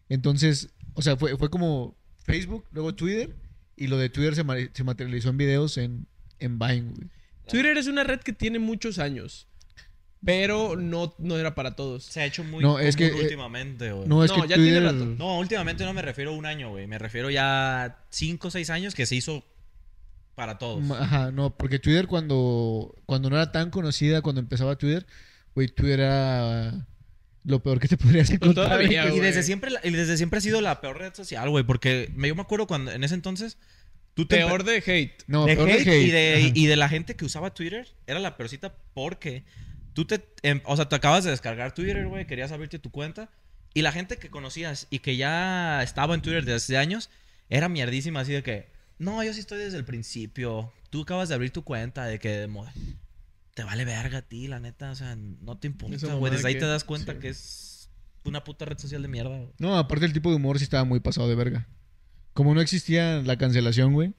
Entonces, o sea, fue, fue como Facebook, luego Twitter, y lo de Twitter se, ma- se materializó en videos en, en Vine, güey.
Twitter es una red que tiene muchos años, pero no, no era para todos.
Se ha hecho muy
No, es
común
que, eh,
últimamente, güey.
No, es
No,
que
ya tiene
Twitter...
rato.
No, últimamente no me refiero a un año, güey. Me refiero ya a cinco o seis años que se hizo para todos.
Ma- Ajá, no, porque Twitter cuando, cuando no era tan conocida, cuando empezaba Twitter, güey, Twitter era lo peor que te podrías encontrar.
todavía,
güey.
y, desde
güey.
siempre, la- y desde siempre ha sido la peor red social, güey. Porque me- yo me acuerdo cuando en ese entonces. Tú te empe-
Peor de hate.
No,
de
peor
hate
de hate.
Y, de,
Ajá.
y de la gente que usaba Twitter era la peorcita porque tú te... em, o sea, te acabas de descargar Twitter, güey, querías abrirte tu cuenta y la gente que conocías y que ya estaba en Twitter desde hace años era mierdísima así de que, no, yo sí estoy desde el principio, tú acabas de abrir tu cuenta de que... mo- Te vale verga a ti, la neta, o sea, no te
Esa
importa,
mamada
güey. Desde ahí
que-
te das cuenta
sí.
que es una puta red social de mierda, güey.
No, aparte el tipo de humor sí estaba muy pasado de verga. Como no existía la cancelación, güey,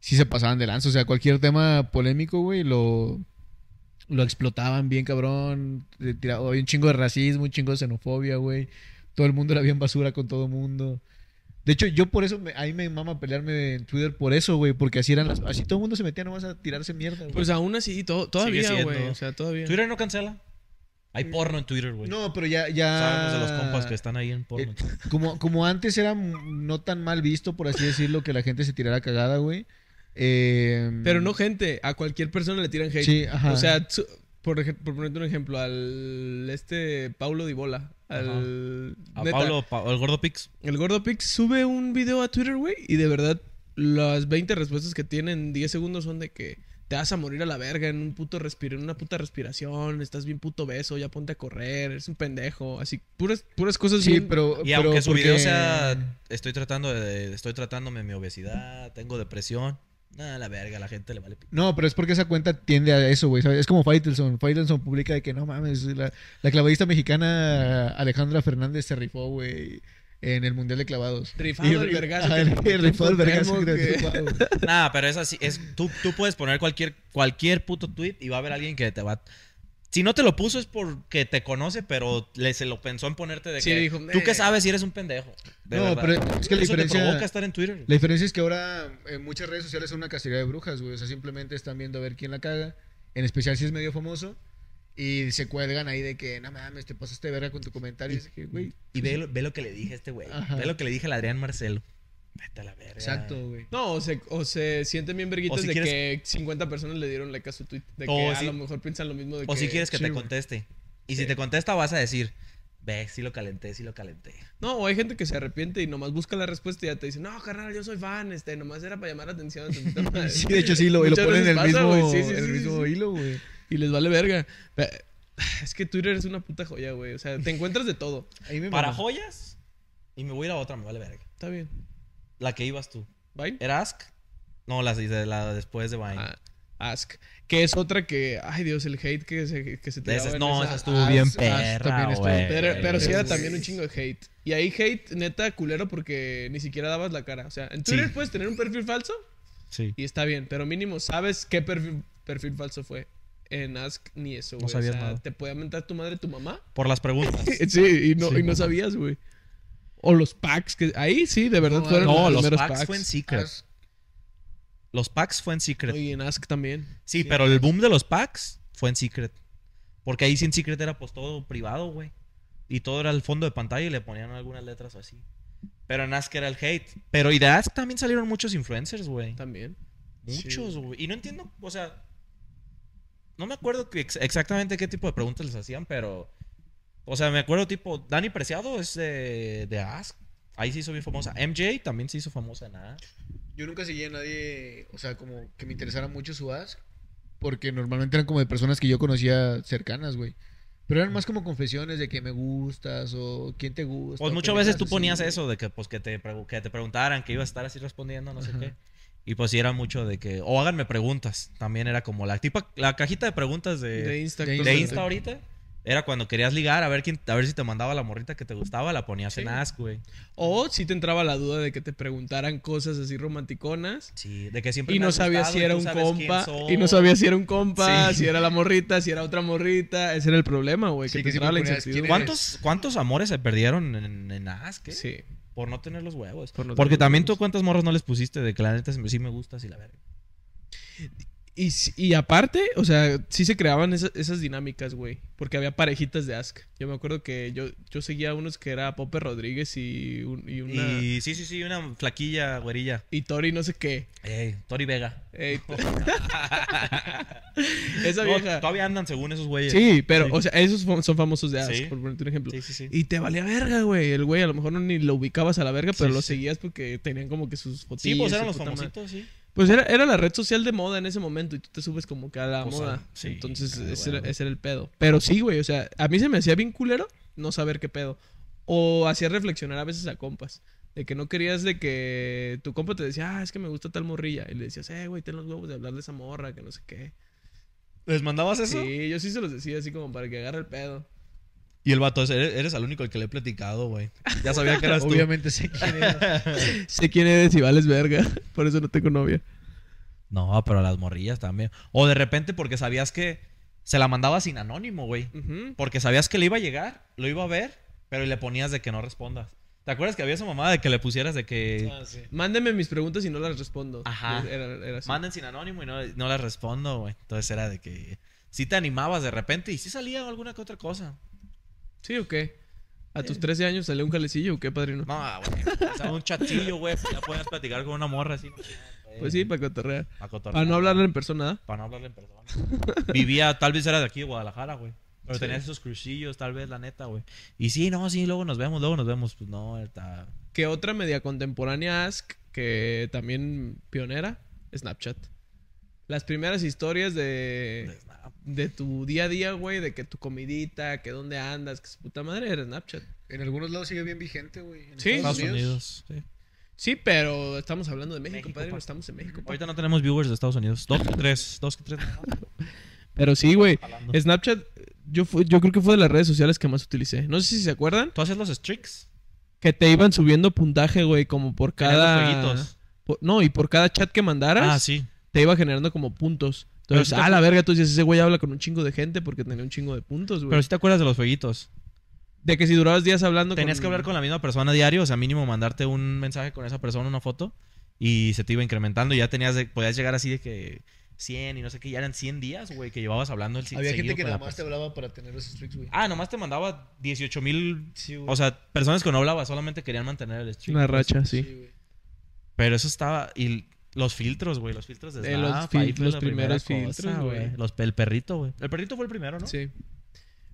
sí se pasaban de lanza. O sea, cualquier tema polémico, güey, lo, lo explotaban bien cabrón. Le tiraba- había un chingo de racismo, un chingo de xenofobia, güey. Todo el mundo era bien basura con todo el mundo. De hecho, yo por eso, me- ahí me mama pelearme en Twitter por eso, güey, porque así eran las... Así todo el mundo se metía nomás a tirarse mierda, güey.
Pues aún así, to- todavía,
siendo.
güey. O sea, todavía.
Twitter no cancela. Hay porno en Twitter, güey.
no, pero ya... ya...
Sabemos de los compas que están ahí en porno.
Eh, como, como antes era m- no tan mal visto, por así decirlo, que la gente se tirara cagada, güey. Eh,
Pero no gente, a cualquier persona le tiran hate.
Sí, ajá.
O sea, su- por, ej- por ponerte un ejemplo, al este Paulo Dibola, al...
A
neta,
Pablo, Pa- el gordo Pix.
El Gordo Pix sube un video a Twitter, güey, y de verdad las 20 respuestas que tienen en 10 segundos son de que te vas a morir a la verga en un puto respiro, en una puta respiración, estás bien puto beso, ya ponte a correr, eres un pendejo, así puras puras cosas
Sí,
bien-
pero.
Y
pero
aunque su
porque-
video sea estoy tratando de estoy tratándome mi obesidad, tengo depresión, nada la verga, la gente le vale pi-
No, pero es porque esa cuenta tiende a eso, güey. ¿sabes? Es como Faitelson. Faitelson publica de que no mames, la, la clavadista mexicana Alejandra Fernández se rifó, güey, en el Mundial de Clavados.
Rifado el vergazo
Ajá,
que le metió
rifó
Cuauhtémoc,
el vergazo que le
que-
metió Cuau.
Nada, pero es así, es tú, tú puedes poner cualquier cualquier puto tweet y va a haber alguien que te va si no te lo puso es porque te conoce, pero le, se lo pensó en ponerte de
Sí,
que
dijo,
tú
"Eh".
qué sabes si eres un pendejo. De
No,
verdad.
pero es que la
Eso
diferencia-
te provoca estar en Twitter.
La diferencia es que ahora eh, muchas redes sociales son una cacería de brujas, güey. O sea, simplemente están viendo a ver quién la caga. En especial si es medio famoso. Y se cuelgan ahí de que, no mames, te pasaste de verga con tu comentario. Y es que, güey,
Y ve lo, ve lo que le dije a este güey.
Ajá.
Ve lo que le dije al Adrián Marcelo. Vete a la verga.
exacto, güey.
No, o se, o se sienten bien verguitas
O si
de
quieres-
que 50 personas le dieron like a su tweet. De
O
que
si-
a lo mejor piensan lo mismo de que...
O si quieres que
Sí,
te
güey.
conteste. Y
Sí.
si te contesta, vas a decir, ve, sí lo calenté, sí lo calenté.
No, o hay gente que se arrepiente y nomás busca la respuesta y ya te dice, no, carnal, yo soy fan, este, nomás era para llamar la atención. tantita madre".
Sí, de hecho sí, lo, y lo
Muchas
ponen en
veces
el
pasa,
mismo,
güey. Sí, sí,
en el
sí,
mismo
sí, sí.
hilo, güey.
Y les vale verga. Pero, Es que Twitter es una puta joya, güey. O sea, te encuentras de todo.
Ahí me
Para
mamó.
joyas, y me voy a ir a otra, me vale verga.
Está bien.
La que ibas tú.
Vine.
¿Era Ask? No, la, de- la después de Vine.
Ah, ask. Que es otra que, ay Dios, el hate que se, que se
De esas-
tiraba en
no,
esa-
esa estuvo
Ask-
bien
Ask
perra,
también estuvo-
güey.
Pero, pero sí era
güey.
también un chingo de hate. Y ahí hate, neta, culero, porque ni siquiera dabas la cara. O sea, en Twitter
Sí.
puedes tener un perfil falso
Sí.
y está bien, pero mínimo sabes qué perfil, perfil falso fue. En Ask ni eso, güey.
sabías
o sea,
nada.
te podía mentar tu madre tu mamá.
Por las preguntas.
Sí, y no,
Sí.
y no sabías, güey. O los packs, que ahí sí, de verdad
No,
fueron
no, los
primeros Ah.
packs, fue en secret.
Ask-
Los packs fue en secret.
No, Y en Ask también.
Sí, pero el boom de los packs fue en secret. Porque ahí sí en secret era pues todo privado, güey. Y todo era el fondo de pantalla y le ponían algunas letras o así. Pero en Ask era el hate. Pero y de Ask también salieron muchos influencers, güey.
También.
Muchos,
Sí.
güey. Y no entiendo, o sea, no me acuerdo que ex- exactamente qué tipo de preguntas les hacían, pero, o sea, me acuerdo tipo, Dani Preciado es de, de Ask. Ahí se hizo bien famosa. MJ también se hizo famosa en Ask.
Yo nunca seguí a nadie, o sea, como que me interesara mucho su ask, porque normalmente eran como de personas que yo conocía cercanas, güey. Pero eran más como confesiones de que me gustas o quién te gusta.
Pues
o
muchas
pendejadas
veces tú
así,
ponías
güey.
eso de que, pues, que, te, pregu- que te preguntaran, que ibas a estar así respondiendo, no sé
Ajá.
qué. Y pues sí era mucho de que, o háganme preguntas. También era como la tipa, la cajita de preguntas de,
De
de,
Insta.
de
actualmente.
Insta ahorita. Era cuando querías ligar a ver quién, a ver si te mandaba la morrita que te gustaba, la ponías
Sí.
en Ask, güey.
O si te entraba la duda de que te preguntaran cosas así romanticonas.
Sí, de que siempre
Y
me
no
has
sabía
gustado
si
y
era
tú
un
sabes quién
compa.
soy.
Y no sabía si era un compa,
Sí.
si era la morrita, si era otra morrita. Ese era el problema, güey.
Sí,
que
que
te
siempre
entraba la
ponías, ¿quién
incertidumbre.
¿Cuántos, ¿Cuántos amores se perdieron en, en Ask, eh?
Sí.
Por no tener los huevos.
Por no tener
Porque
los
también
huevos.
tú cuántas morras no les pusiste de que la neta sí me gustas y la verga.
Y, s- y aparte, o sea, sí se creaban esa- esas dinámicas, güey. Porque había parejitas de Ask. Yo me acuerdo que yo, yo seguía a unos que era Pope Rodríguez y, un- y una. Y...
Y sí, sí, sí, una flaquilla güerilla.
Tori, no sé qué. Eh,
Ey, Tori Vega.
Ey, t- Esa
No,
vieja.
todavía andan según esos güeyes.
Sí, pero,
Sí.
o sea, esos fam- son famosos de Ask,
Sí.
por ponerte un ejemplo.
Sí, sí, sí.
Y te valía verga, güey. El güey a lo mejor no ni lo ubicabas a la verga, pero
Sí,
lo
sí.
seguías porque tenían como que sus fotos.
Sí, pues eran los famositos, sí.
Pues era, era la red social de moda en ese momento y tú te subes como que a la
Pues,
moda.
ah, sí,
Entonces,
ah,
ese, era,
bueno.
ese era el pedo. Pero sí, güey, o sea, a mí se me hacía bien culero no saber qué pedo. O hacía reflexionar a veces a compas. De que no querías de que tu compa te decía, ah, es que me gusta tal morrilla. Y le decías, eh, güey, ten los huevos de hablar de esa morra, que no sé qué.
¿Les mandabas eso?
Sí, yo sí se los decía así como para que agarre el pedo.
Y el vato, ese, eres, eres el único al que le he platicado, güey. Ya sabía que eras tú.
Obviamente sé quién era.
Sé quién eres y vales verga. Por eso no tengo novia.
No, pero las morrillas también. O de repente porque sabías que se la mandaba sin anónimo, güey.
Ujú.
Porque sabías que le iba a llegar, lo iba a ver, pero le ponías de que no respondas. ¿Te acuerdas que había esa mamada de que le pusieras de que
Mándeme mis preguntas y no las respondo.
Ajá.
Era, era así.
manden sin anónimo y no, no las respondo, güey? Entonces era de que si te animabas de repente y si salía alguna que otra cosa.
¿Sí o qué? ¿A tus 13 años salió un jalecillo o qué, padrino?
No, ah, güey, o sea, un chatillo, güey, pues ya podías platicar con una morra así.
Pues sí, para cotorrear.
para
Para no hablar en persona, ¿ah?
Para no hablarle en persona. Vivía, tal vez era de aquí de Guadalajara, güey. Pero
Sí.
tenía esos crucillos, tal vez, la neta, güey. Y sí, no, sí, luego nos vemos, luego nos vemos. Pues no, está...
Que otra media contemporánea Ask, que también pionera, Snapchat. las primeras historias de,
Pues, nah,
de tu día a día, güey, de que tu comidita, que dónde andas, que su puta madre era Snapchat.
En algunos lados sigue bien vigente, güey. En
Sí.
Estados
Estados
Unidos.
Unidos. sí.
Sí, pero estamos hablando de México,
México,
padre,
pa-
no estamos en México. padre.
Ahorita no tenemos viewers de Estados Unidos. Dos que tres. Dos que tres.
Pero sí, güey,
Jalando.
Snapchat, yo, fue- yo creo que fue de las redes sociales que más utilicé. No sé si se acuerdan
¿Tú haces los streaks?
que te iban subiendo puntaje, güey, como por
Generando
cada...
jueguitos.
por- no, y por cada chat que mandaras.
Ah, sí.
te iba generando como puntos.
Pero
Entonces,
si te
ah,
acu-
la verga, tú dices, ese güey habla con un chingo de gente porque tenía un chingo de puntos, güey.
Pero si te acuerdas de los jueguitos.
De que si durabas días hablando
Tenías que hablar con la misma persona diario, o sea, mínimo mandarte un mensaje con esa persona, una foto, y se te iba incrementando. Y ya tenías de- podías llegar así de que 100 y no sé qué, ya eran 100 días, güey, que llevabas hablando el
Había gente que nada más te hablaba para tener los streaks, güey.
Ah, nomás te mandaba 18 mil.
Sí, güey.
O sea, personas que no hablaba, solamente querían mantener el stream.
Una
pues.
racha, sí.
güey.
Pero eso estaba. Y los filtros, güey, los filtros de
Eh, los
Snap,
fil-
ahí fue
los
la primera
primeros
cosa,
filtros, güey.
Los- El perrito, güey. El perrito fue el primero, ¿no?
Sí.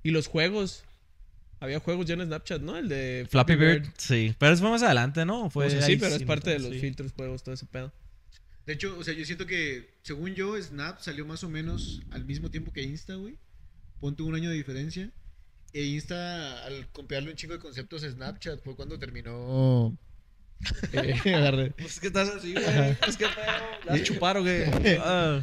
Y los juegos. Había juegos ya en Snapchat, ¿no? El de
Flappy Bird. Sí. Pero eso fue más adelante, ¿no? Fue
O sea,
ahí
sí, pero es
sí,
parte de
sí.
los filtros, juegos, todo ese pedo.
De hecho, o sea, yo siento que, según yo, Snap salió más o menos al mismo tiempo que Insta, güey. Ponte un año de diferencia. E Insta, al copiarle un chingo de conceptos a Snapchat, fue cuando terminó. Eh, agarré.
Pues es que estás así, güey. Es que pedo. Las chuparon, güey. Ah.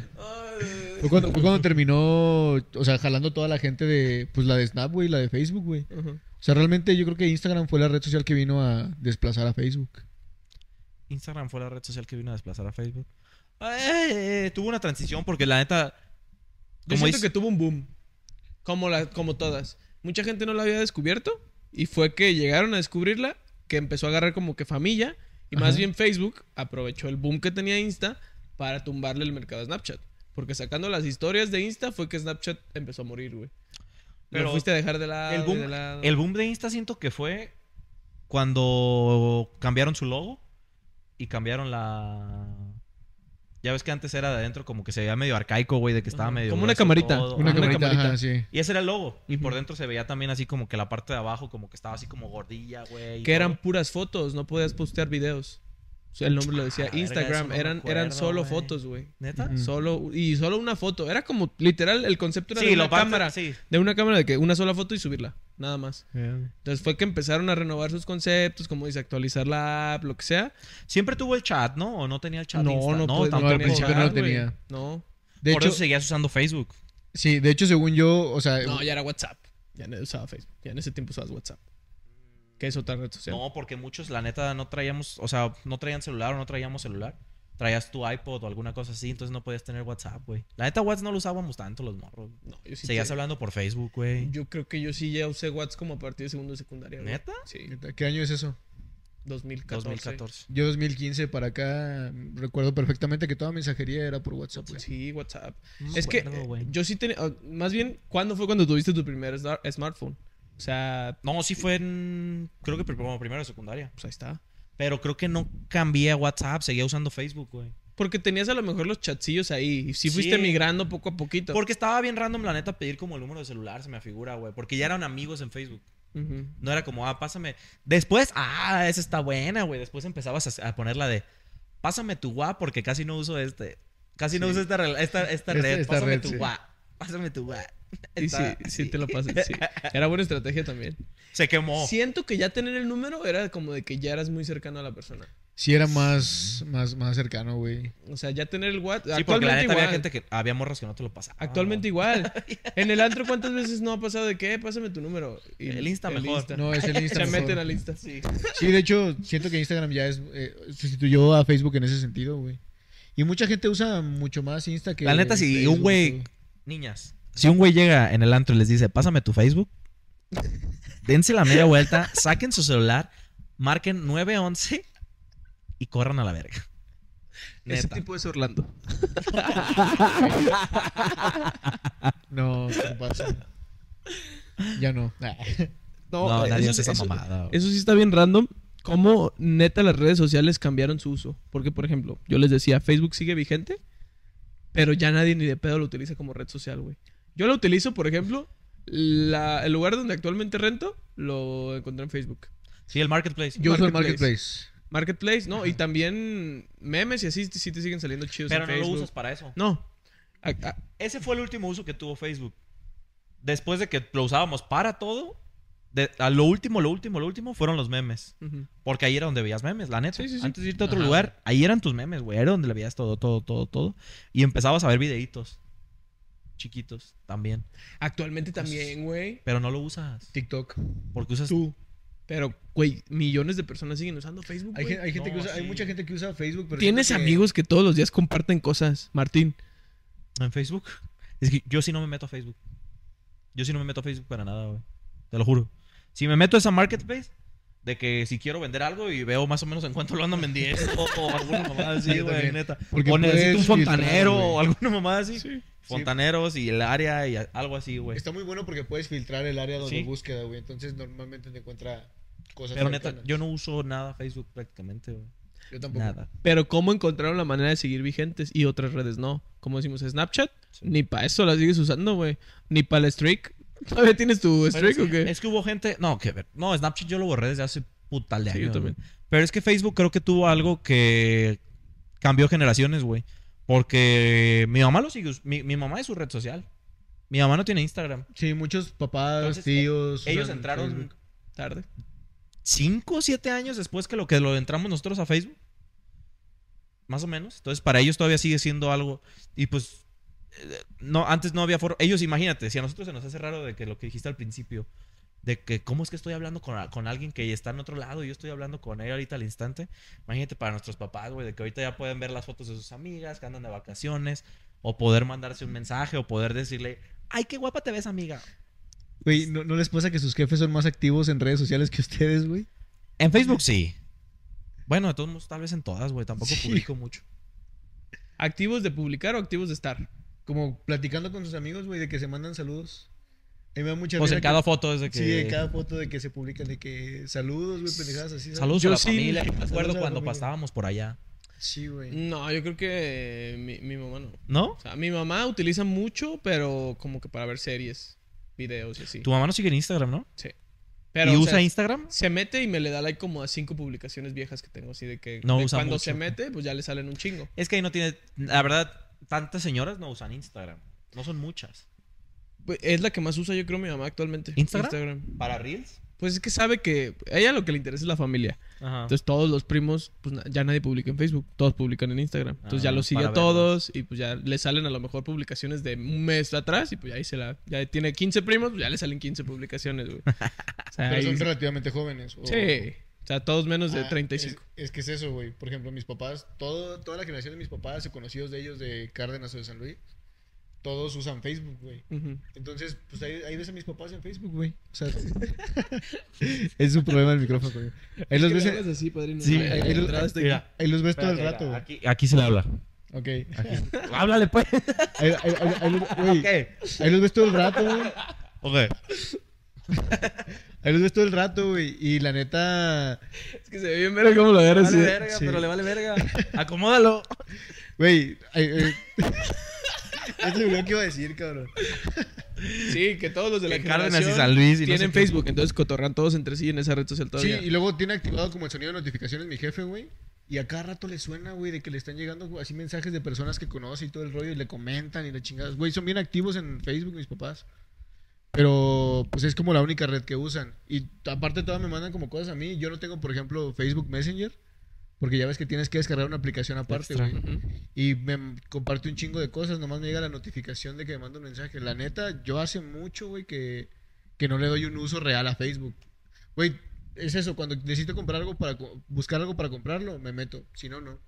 Fue cuando, fue cuando terminó, o sea, jalando toda la gente de, pues la de Snap, güey, la de Facebook, güey.
Ajá.
O sea, realmente yo creo que Instagram fue la red social que vino a desplazar a Facebook.
Instagram fue la red social que vino a desplazar a Facebook. Eh, eh, tuvo una transición porque la neta.
Yo
Como
siento
dice,
que tuvo un boom. Como, la, como todas. Mucha gente no la había descubierto. Y fue que llegaron a descubrirla. Que empezó a agarrar como que familia. Y más
Ajá.
bien Facebook aprovechó el boom que tenía Insta para tumbarle el mercado a Snapchat. Porque sacando las historias de Insta fue que Snapchat empezó a morir, güey. Pero
Pero
fuiste a dejar de lado.
el,
y de
boom,
lado.
el boom de Insta siento que fue cuando cambiaron su logo y cambiaron la. Ya ves que antes era de adentro como que se veía medio arcaico, güey, de que estaba
Ajá.
medio.
Como una
grueso
camarita.
todo.
Una
Ajá.
camarita, ajá, sí.
Y ese era el logo. Y por
Ujú.
dentro se veía también así como que la parte de abajo, como que estaba así como gordilla, güey. y
Que eran
todo.
puras fotos. No podías postear videos. O sea, el nombre lo decía
Ah, verga,
Instagram.
eso no me
eran, eran
acuerdo,
solo
güey.
fotos, güey.
¿Neta?
Ujú. Mm.
Solo, y solo una foto. Era como literal el concepto era de
Sí,
una
lo parte-
cámara.
Sí,
De una cámara de que una sola foto y subirla, nada más. Entonces fue que empezaron a renovar sus conceptos, como dice, actualizar la app, lo que sea.
Siempre tuvo el chat, ¿no? ¿O no tenía el chat? de Insta?
puede-
tampoco.
al
tenía
principio
chat,
no lo
güey.
tenía.
No,
De
Por
hecho,
eso seguías usando Facebook.
sí, de hecho, según yo, o
Eh,
sea,
no, ya era WhatsApp. Ya no usaba Facebook. Ya en ese tiempo usabas WhatsApp. Que es otra red social.
No, porque muchos, la neta, no traíamos, o sea, no traían celular o no traíamos celular. Traías tu iPod o alguna cosa así, entonces no podías tener WhatsApp, güey. La neta, WhatsApp no lo usábamos tanto los morros.
No, yo sí.
Seguías
te-
hablando por Facebook, güey.
Yo creo que yo sí ya usé WhatsApp como a partir de segundo de secundaria. güey.
¿Neta?
Sí,
¿qué año es eso?
2014.
2014.
Yo 2015 para acá recuerdo perfectamente que toda mensajería era por WhatsApp. güey.
Sí, WhatsApp.
pues. No me
es que
acuerdo,
eh,
güey.
yo sí tenía. ah, Más bien, ¿cuándo fue cuando tuviste tu primer sna- smartphone? O sea,
No, sí fue en. Creo que pri- como primero de secundaria.
pues ahí está.
Pero creo que no cambié a WhatsApp, seguía usando Facebook, güey.
Porque tenías a lo mejor los chatsillos ahí. Y si
Sí.
fuiste migrando poco a poquito.
Porque estaba bien random, la neta, pedir como el número de celular, se me figura, güey. Porque ya eran amigos en Facebook.
Ujú.
No era como, ah, pásame. Después, ah, esa está buena, güey. Después empezabas a, a poner la de, pásame tu gua porque casi no uso este. Casi no uso esta, rela- esta,
Este-
esta
Esta-
red.
esta
pásame
red,
tu
sí.
gua. Pásame tu gua.
Y sí,
Está-
sí te lo pasas. sí. Era buena estrategia también.
Se quemó.
Siento que ya tener el número era como de que ya eras muy cercano a la persona.
Sí era más, más, más cercano, güey.
O sea, ya tener el WhatsApp.
Sí, porque la
actualmente
neta
igual.
había gente que. Oh. Había morras que no te lo pasaban.
Actualmente igual. En el antro, ¿cuántas veces no ha pasado de que, "Eh, pásame tu número? Y
El Insta mejor.
No, es el
Se
Instagram.
meten al Insta. Sí.
Sí, de hecho, siento que Instagram ya es eh, sustituyó a Facebook en ese sentido, güey. Y mucha gente usa mucho más Insta que
La neta, si
Facebook,
un güey.
todo.
Niñas. Si un güey llega en el antro y les dice, pásame tu Facebook, dense la media vuelta, saquen su celular, marquen 911 y corran a la verga.
Ese
Neta.
tipo es Orlando.
No, ¿qué pasa? Ya no. Ah.
No,
eh, eso
nadie hace
es-
esa
eso-
mamada. güey.
Eso sí está bien random. Cómo neta las redes sociales cambiaron su uso. Porque, por ejemplo, yo les decía, Facebook sigue vigente, pero ya nadie ni de pedo lo utiliza como red social, güey. Yo lo utilizo, por ejemplo, la- el lugar donde actualmente rento lo encontré en Facebook.
Sí, el marketplace.
Yo uso el
Marketplace.
Marketplace.
Marketplace, ¿no? Y también memes y así sí te siguen saliendo chidos
pero
en
no lo
Facebook.
usas para eso.
No. a- a-
Ese fue el último uso que tuvo Facebook. Después de que lo usábamos para todo, de- a lo último, lo último, lo último fueron los memes.
ujú.
Porque ahí era donde veías memes, la neta.
Sí, sí, sí.
Antes de irte a otro
Ajá.
lugar, ahí eran tus memes, güey. Era donde le veías todo, todo, todo, todo. Y empezabas a ver videitos. Chiquitos también.
Actualmente
Pues
también, güey.
Pero no lo usas.
TikTok.
Porque usas.
Tú. Pero, güey, millones de personas siguen usando Facebook.
Hay,
güey.
gen- hay gente
no,
que usa, hay
sí.
mucha gente que usa Facebook, pero
Tienes
siento que-
amigos que todos los días comparten cosas, Martín.
En Facebook. Es que yo sí no me meto a Facebook. Yo sí no me meto a Facebook para nada, güey. Te lo juro. Si me meto a esa marketplace, de que si quiero vender algo y veo más o menos en cuánto lo andan vendiendo o, o alguna mamada así,
Yo
güey,
también.
neta.
Porque
o necesito un
puedes
fontanero
filtrar, güey.
o alguna mamada así. Fontaneros y el área y a- algo así, güey.
Está muy bueno porque puedes filtrar el área donde
Sí.
búsqueda, güey. Entonces normalmente te encuentra cosas.
Pero neta,
cercanas.
yo no uso nada Facebook prácticamente, güey.
Yo tampoco.
Nada.
Pero cómo encontraron la manera de seguir vigentes y otras redes no. Como decimos, Snapchat,
Sí.
ni para eso la sigues usando, güey. Ni para el streak. ¿Todavía tienes tu
Pero
streak
es,
o qué?
es que hubo gente. No, que ver. No, Snapchat yo lo borré desde hace putal de
Sí,
años.
yo también.
güey. Pero es que Facebook creo que tuvo algo que cambió generaciones, güey. Porque mi mamá lo sigue. us- Mi, mi mamá es su red social. Mi mamá no tiene Instagram.
Sí, muchos papás,
Entonces,
tíos.
Ellos
usan
entraron
Facebook.
Tarde.
5 o 7 años después que lo que lo entramos nosotros a Facebook. Más o menos. Entonces, para ellos todavía sigue siendo algo. Y pues. eh, No, antes no había foro. Ellos, imagínate, si a nosotros se nos hace raro de que lo que dijiste al principio, de que cómo es que estoy hablando con, a- con alguien que está en otro lado y yo estoy hablando con él ahorita al instante. Imagínate para nuestros papás, güey, de que ahorita ya pueden ver las fotos de sus amigas que andan de vacaciones, o poder mandarse un mensaje, o poder decirle, ay, qué guapa te ves, amiga.
Güey, ¿no, ¿no les pasa que sus jefes son más activos en redes sociales que ustedes, güey?
En Facebook sí. Bueno, de todos modos, tal vez en todas, güey. Tampoco
Sí.
publico mucho.
¿Activos de publicar o activos de estar?
Como platicando con sus amigos, güey, de que se mandan saludos. A mí me da mucha
Pues
risa
en
que-
cada foto es de que.
Sí, en cada foto de que se publican de que saludos, güey, pendejadas así. ¿sabes?
Saludos
Yo
a la
sí-
familia. Yo me
Saludos a
acuerdo
la
cuando
familia.
pasábamos por allá.
Sí, güey.
Mm,
No, yo creo que mi, mi mamá no.
¿No?
O sea, mi mamá utiliza mucho, pero como que para ver series, videos y así.
Tu mamá no sigue en Instagram, ¿no?
Pero,
¿Y
o
usa
sea,
Instagram?
se mete y me le da like como a cinco publicaciones viejas que tengo, así de que
No
de
usa
cuando se
mucho.
mete, pues ya le salen un chingo.
Es que ahí no tiene. La verdad, tantas señoras no usan Instagram. No son muchas.
Pues, Es la que más usa, yo creo, mi mamá actualmente.
¿Instagram? ¿Para Reels?
Pues es que sabe que a ella lo que le interesa es la familia.
Ajá.
Entonces todos los primos, pues na- ya nadie publica en Facebook, todos publican en Instagram. Entonces ya
Ah,
los sigue
para
a todos y pues ya le salen a lo mejor publicaciones de un mes atrás y pues ya ahí se la... Ya tiene 15 primos, pues ya le salen 15 publicaciones, güey. O sea,
Pero son
ahí-
relativamente jóvenes.
Oh.
o-
Sí. O sea, todos menos de
Ah,
35.
Es, es que es eso, güey. Por ejemplo, mis papás, todo, toda la generación de mis papás y conocidos de ellos de Cárdenas o de San Luis, todos usan Facebook, güey.
Ujú.
Entonces, pues ahí, ahí ves a mis papás en Facebook, güey.
O sea, es un problema el micrófono, güey. Ahí los ves,
hagas así, padrino.
Sí, ahí
Ay, la
lo-
entrada está aquí.
Mira,
ahí los ves todo el
espérate,
rato,
mira,
güey.
aquí, aquí se le habla.
Ok.
Háblale, pues.
Ahí, ahí- ahí- ahí los- güey,
Ok.
ahí los ves todo el rato, güey.
Ok.
Ahí los ves todo el rato, güey. Y la neta,
Es que se ve bien pero cómo lo agarras. así
Vale
de-
verga,
sí.
pero le vale verga. Acomódalo.
güey. ahí- ahí- Es lo que iba a decir, cabrón.
Sí, que todos los de la
Que Cárdenas y
generación
San Luis y no
tienen
sé qué.
Facebook. Entonces cotorran todos entre sí en esa red social todavía.
Sí, y luego tiene activado como el sonido de notificaciones mi jefe, güey. Y a cada rato le suena, güey, de que le están llegando güey, así mensajes de personas que conoce y todo el rollo y le comentan y le chingadas. Güey, son bien activos en Facebook mis papás. Pero pues es como la única red que usan. Y aparte todas me mandan como cosas a mí. Yo no tengo, por ejemplo, Facebook Messenger. Porque ya ves que tienes que descargar una aplicación aparte,
Extra.
güey.
Ujú.
Y me comparte un chingo de cosas. Nomás me llega la notificación de que me manda un mensaje. La neta, yo hace mucho, güey, que, que no le doy un uso real a Facebook. Güey, es eso. Cuando necesito comprar algo para... co- Buscar algo para comprarlo, me meto. Si no, no.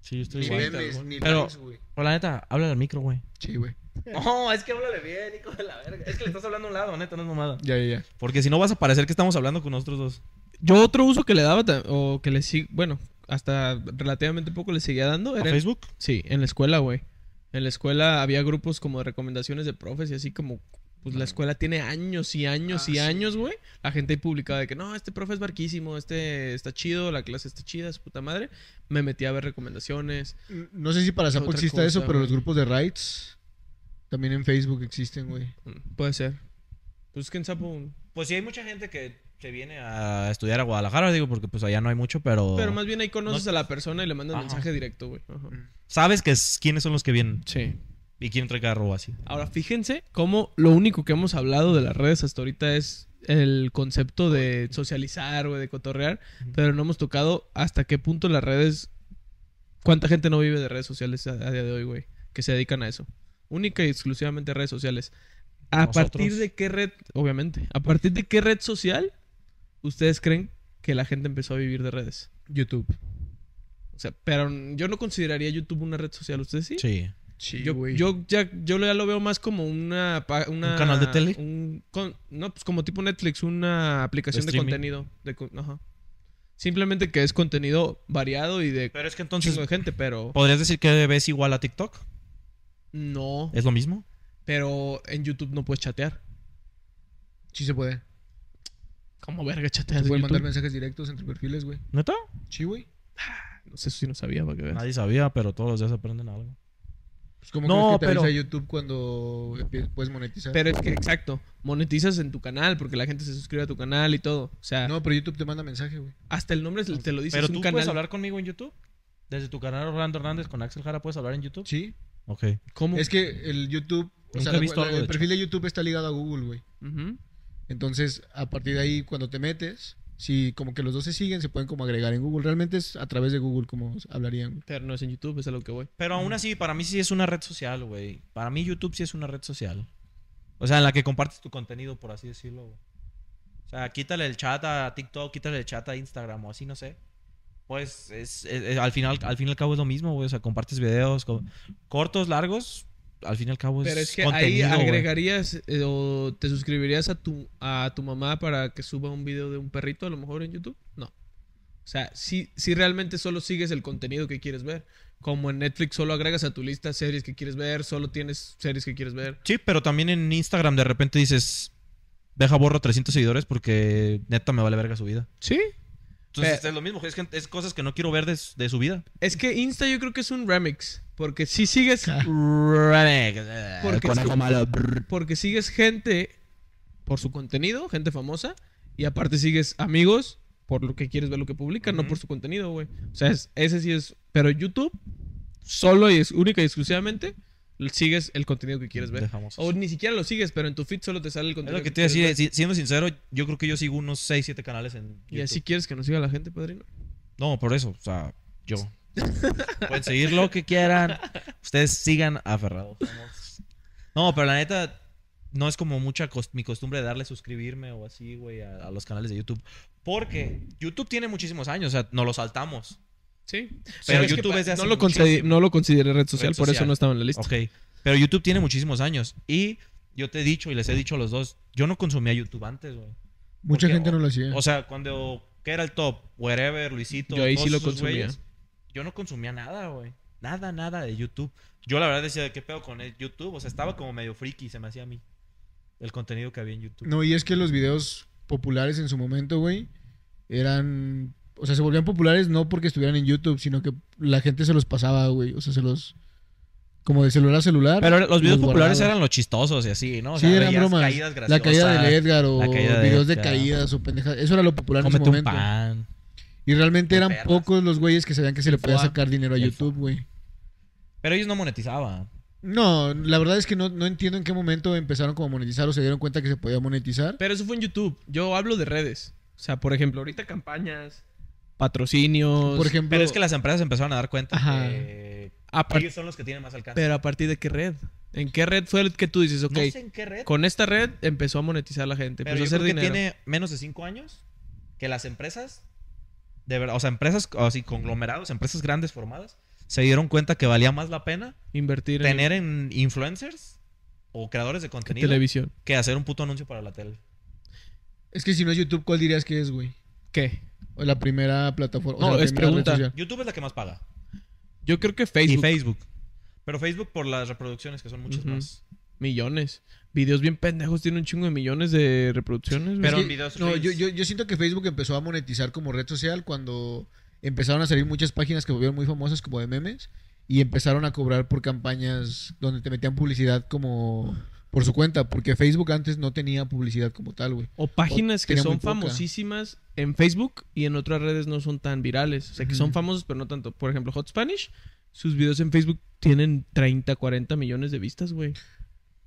Sí, yo estoy
Ni
igual.
memes, ni
Pero-
likes, güey.
Pero la neta, háblale al micro, güey.
Sí, güey.
No, es que háblale bien, hijo de la verga. Es que le estás hablando a un lado, neta, no es mamada.
Ya, ya, ya.
Porque si no vas a parecer que estamos hablando con nosotros dos.
Yo otro uso que le daba, ta- o que le sí, bueno, hasta relativamente poco le seguía dando,
¿A
era... en-
Facebook?
Sí, en la escuela, güey. En la escuela había grupos como de recomendaciones de profes y así como... Pues la escuela tiene años y años
Ah,
y
sí.
años, güey. La gente ahí publicaba de que no, este profe es barquísimo, este está chido, la clase está chida, su puta madre. Me metí a ver recomendaciones.
No sé si para Zapo
Otra
exista eso,
cosa,
pero
güey.
los grupos de rights también en Facebook existen, güey.
Mm, Puede ser. Pues que en Sapo...
Pues sí, hay mucha gente que se viene a estudiar a Guadalajara, digo, porque pues allá no hay mucho, pero...
Pero más bien ahí conoces
No-
a la persona y le mandas
Ajá.
mensaje directo, güey. Ajá.
Sabes que es- quiénes son los que vienen.
Sí.
y quieren traer carro así.
Ahora, fíjense cómo lo único que hemos hablado de las redes hasta ahorita es el concepto de socializar, güey, de cotorrear, pero no hemos tocado hasta qué punto las redes... ¿Cuánta gente no vive de redes sociales a, a día de hoy, güey? Que se dedican a eso. Única y exclusivamente redes sociales. ¿A
Nosotros.
partir de qué red, obviamente, a partir de qué red social ustedes creen que la gente empezó a vivir de redes?
YouTube.
O sea, pero yo no consideraría YouTube una red social, ¿ustedes sí?
Sí.
Sí,
Yo,
güey.
yo ya, yo ya lo veo más como una, pa- una-
¿Un canal de tele?
un con- no, pues como tipo Netflix, una aplicación de,
streaming.
contenido. de co- ajá. Simplemente que es contenido variado y de
Pero es que
un
entonces,
chingo de gente, pero
¿podrías decir que ves igual a TikTok?
no.
¿Es lo mismo?
Pero en YouTube no puedes chatear.
Sí se puede.
¿Cómo verga chateas
Se
en
pueden mandar
YouTube?
mensajes directos entre perfiles, güey.
¿Neta?
Sí, güey.
No sé si no sabía, para que veas.
Nadie sabía, pero todos los días aprenden algo.
Pues como
No,
que te
pero-
avisa YouTube cuando empie- puedes monetizar.
Pero es que, exacto, monetizas en tu canal porque la gente se suscribe a tu canal y todo. O sea,
No, pero YouTube te manda mensaje, güey.
hasta el nombre te lo dice.
Pero
es un
tú
canal.
puedes hablar conmigo en YouTube. Desde tu canal Orlando Hernández con Axel Jara puedes hablar en YouTube.
Sí.
Ok.
¿Cómo?
Es que el YouTube, o
Nunca
sea,
he
la-
visto
la-
algo de
el
hecho.
perfil de YouTube está ligado a Google, güey.
Ujú.
Entonces, a partir de ahí, cuando te metes, si como que los dos se siguen, se pueden como agregar en Google. Realmente es a través de Google como hablarían. güey.
Pero no es en YouTube, es a lo que voy.
Pero aún así, para mí sí es una red social, güey. Para mí YouTube sí es una red social. O sea, en la que compartes tu contenido, por así decirlo, güey. O sea, quítale el chat a TikTok, quítale el chat a Instagram o así, no sé. Pues es, es- es- al, final, al fin y al cabo es lo mismo, güey. O sea, compartes videos co- cortos, largos. Al fin y al cabo es
Pero es que ahí
pues, contenido, güey.
agregarías eh, o te suscribirías a tu, a tu mamá para que suba un video de un perrito a lo mejor en YouTube. No. O sea, si, si realmente solo sigues el contenido que quieres ver. Como en Netflix solo agregas a tu lista series que quieres ver, solo tienes series que quieres ver.
Sí, pero también en Instagram de repente dices... Deja borro 300 seguidores porque neta me vale verga su vida.
Sí.
Entonces
Pero-
es lo mismo. Es, gente- es cosas que no quiero ver de, s- de su vida.
Es que Insta yo creo que es un remix. Porque si sigues,
Ah,
Porque-
conejo malo. brr.
porque sigues gente por su contenido, gente famosa. Y aparte sigues amigos por lo que quieres ver lo que publican, no
Ujú.
por su contenido, güey. O sea, es- ese sí es. Pero YouTube, solo y es única y exclusivamente, l- sigues el contenido que quieres ver.
Dejamos
O ni siquiera lo sigues, pero en tu feed solo te sale el
Es
contenido.
lo que te iba a decir,
quieres
eh, si- siendo sincero, yo creo que yo sigo unos 6, 7 canales en YouTube.
ver. Y así quieres que nos siga la gente, padrino.
No, por eso, o sea, yo. Pueden seguir lo que quieran. Ustedes sigan aferrados. Somos- No, pero la neta, no es como mucha cos- mi costumbre de darle suscribirme o así, güey, a, a los canales de YouTube. Porque YouTube tiene muchísimos años, o sea, nos lo saltamos.
Sí.
Pero
es que
YouTube
pa-
es de hace
no lo, concedi-
muchísimo.
no lo consideré red social,
Red
por eso
social.
no estaba en la lista.
Ok. Pero YouTube tiene muchísimos años. Y yo te he dicho y les he dicho a los dos, yo no consumía YouTube antes, güey.
Mucha
Porque,
gente no lo hacía.
O sea, cuando ¿qué era el top, wherever, Luisito,
Yo ahí
todos
sí lo
esos
consumía.
güeyes, yo no consumía nada, güey. Nada, nada de YouTube. Yo la verdad decía, ¿qué pedo con el YouTube? O sea, estaba como medio friki, se me hacía a mí. El contenido que había en YouTube.
No, y es que los videos populares en su momento, güey, eran... O sea, se volvían populares no porque estuvieran en YouTube, sino que la gente se los pasaba, güey. O sea, se los... Como de celular a celular.
Pero los videos
los
populares
guardaba.
eran los chistosos y así, ¿no? O
sí,
sea,
eran
veías
bromas.
caídas
la
graciosas.
caída del Edgar o
la caída de
videos de
Edgar.
caídas o pendejas. Eso era lo popular en
Cómete
su
un
momento.
pan.
Y realmente eran
Perras.
pocos los güeyes que sabían que se le podía
Foa.
sacar dinero a
El
YouTube,
Foa.
güey.
Pero ellos no monetizaban.
No, la verdad es que no, no entiendo en qué momento empezaron como a monetizar o se dieron cuenta que se podía monetizar.
Pero eso fue en YouTube. Yo hablo de redes. O sea, por ejemplo, ahorita campañas, patrocinios.
Por ejemplo,
Pero es que las empresas empezaron a dar cuenta
Ajá.
que
a par-
ellos son los que tienen más alcance.
Pero a partir de qué red? ¿En qué red fue el que tú dices, ok,
No sé en qué red.
con esta red empezó a monetizar la gente,
Pero
empezó a
yo
hacer
creo que
dinero?
tiene menos de cinco años que las empresas, de verdad, o sea, empresas así, conglomerados, empresas grandes formadas, se dieron cuenta que valía más la pena
Invertir en-
tener en influencers o creadores de
en
contenido
televisión.
que hacer un puto anuncio para la tele.
es que si no es YouTube, ¿cuál dirías que es, güey?
¿Qué?
O la primera plataforma. o
No,
sea, la
es
primera red
pregunta.
social.
YouTube es la que más paga.
Yo creo que Facebook,
Y Facebook. Pero Facebook por las reproducciones, que son muchas
Ujú.
más.
millones. Videos bien pendejos tiene un chingo de millones de reproducciones. güey.
Pero
Es
en
que-
videos
No,
reels.
yo, yo, yo siento que Facebook empezó a monetizar como red social cuando empezaron a salir muchas páginas que volvieron muy famosas como de memes y empezaron a cobrar por campañas donde te metían publicidad como por su cuenta, porque Facebook antes no tenía publicidad como tal, güey.
o páginas que
tenía muy
son
poca.
famosísimas en Facebook y en otras redes no son tan virales. O sea, que
Ujú.
son famosos pero no tanto. Por ejemplo, Hot Spanish, sus videos en Facebook tienen 30, 40 millones de vistas, güey.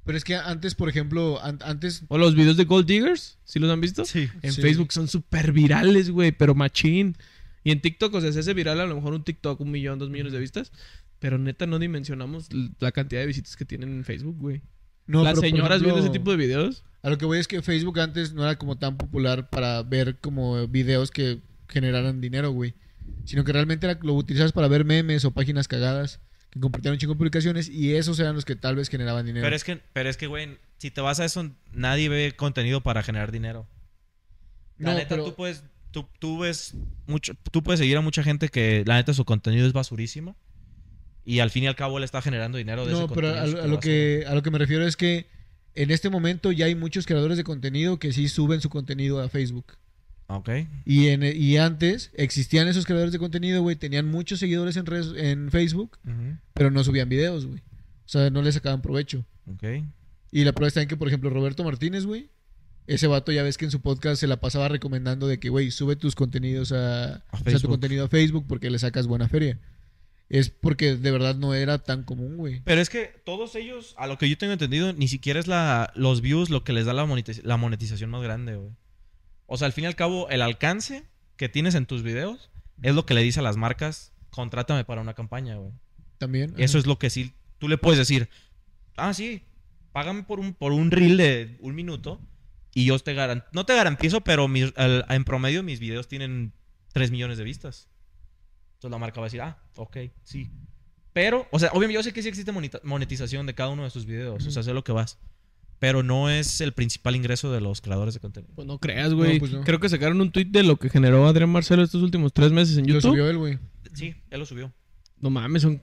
Pero es que antes, por ejemplo, an- antes
O los videos de Gold Diggers, ¿sí los han visto?
Sí.
En
Sí.
Facebook son súper virales, güey, pero machín. Y en TikTok, o sea, se hace viral a lo mejor un TikTok, un millón, dos millones de vistas. Pero neta, no dimensionamos l- la cantidad de visitas que tienen en Facebook, güey.
no,
Las
pero, por
señoras viendo ese tipo
ejemplo,
de videos.
A lo que voy es que Facebook antes no era como tan popular para ver como videos que generaran dinero, güey. Sino que realmente era- lo utilizabas para ver memes o páginas cagadas que compartieron un chingo de publicaciones y esos eran los que tal vez generaban dinero.
Pero es que, pero es que, güey, si te vas a eso, nadie ve contenido para generar dinero. La
No,
neta,
pero-
tú puedes, tú, tú ves mucho, tú puedes seguir a mucha gente que la neta su contenido es basurísimo. Y al fin y al cabo le está generando dinero de
No,
ese
pero a,
contenido
a lo
superbasura.
que, a lo que me refiero es que en este momento ya hay muchos creadores de contenido que sí suben su contenido a Facebook.
Ok.
Y, en, y antes existían esos creadores de contenido, güey, tenían muchos seguidores en, redes, en Facebook,
Ujú.
pero no subían videos, güey. O sea, no les sacaban provecho.
Ok.
Y la prueba está en que, por ejemplo, Roberto Martínez, güey, ese vato ya ves que en su podcast se la pasaba recomendando de que, güey, sube tus contenidos a, o sea, tu
Facebook.
contenido a Facebook porque le sacas buena feria. Es porque de verdad no era tan común, güey.
Pero es que todos ellos, a lo que yo tengo entendido, ni siquiera es la, los views lo que les da la, monetiz- la monetización más grande, güey. O sea, al fin y al cabo, el alcance que tienes en tus videos es lo que le dice a las marcas, contrátame para una campaña, güey.
También.
Eso es lo que sí, tú le puedes decir, ah, sí, págame por un, por un reel de un minuto y yo te garantizo, no te garantizo, pero mis- al- en promedio mis videos tienen 3 millones de vistas. Entonces la marca va a decir, ah, ok, sí. Pero, o sea, obviamente yo sé que sí existe monita- monetización de cada uno de sus videos, o sea, sé lo que vas. Pero no es el principal ingreso de los creadores de contenido.
Pues no creas, güey.
No, pues no.
Creo que sacaron un tweet de lo que generó Adrián Marcelo estos últimos tres meses en
Lo
YouTube.
subió él, güey.
Sí, él lo subió.
No mames, son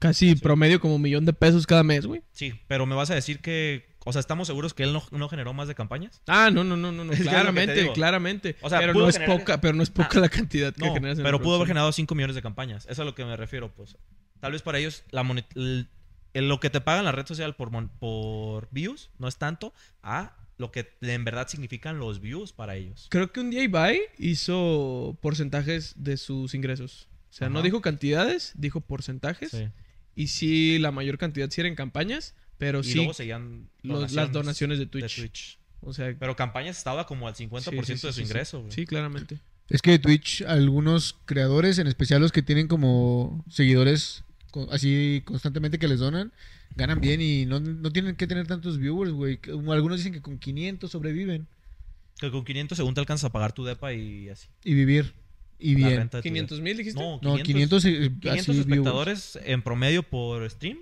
casi promedio como un millón de pesos cada mes, güey.
Sí, pero me vas a decir que, o sea, estamos seguros que él no, no generó más de campañas.
Ah, no, no, no, no, no.
Es que es lo que te
claramente,
digo.
claramente.
O sea,
pero
pudo
no es
generar-
poca, pero no es poca
Ah,
la cantidad que
No,
generas en la
pero pudo haber
producción.
generado 5 millones de campañas. Eso es a lo que me refiero, pues. Tal vez para ellos la monet- el- el- lo que te pagan la red social por, mon- por views no es tanto a lo que en verdad significan los views para ellos.
Creo que un día Ibai hizo porcentajes de sus ingresos. O sea, no
Ajá.
dijo cantidades, dijo porcentajes. Y sí, la mayor cantidad sí era en campañas, pero
Y
sí
luego seguían
los- las donaciones de
de
Twitch.
Twitch.
O sea,
Pero campañas estaba como al 50%
sí, sí,
de
sí,
su
sí.
ingreso. güey.
sí, claramente.
Es que Twitch, algunos creadores, en especial los que tienen como seguidores co- así constantemente que les donan, ganan bien y no, no tienen que tener tantos viewers, güey. Que- Algunos dicen que con 500 sobreviven
Que con 500 según te alcanzas a pagar tu depa y así.
y vivir. Y
La
bien.
renta de tu
500 mil dijiste.
depa. No, 500,
No, 500, eh,
500
así viewers.
espectadores en promedio por stream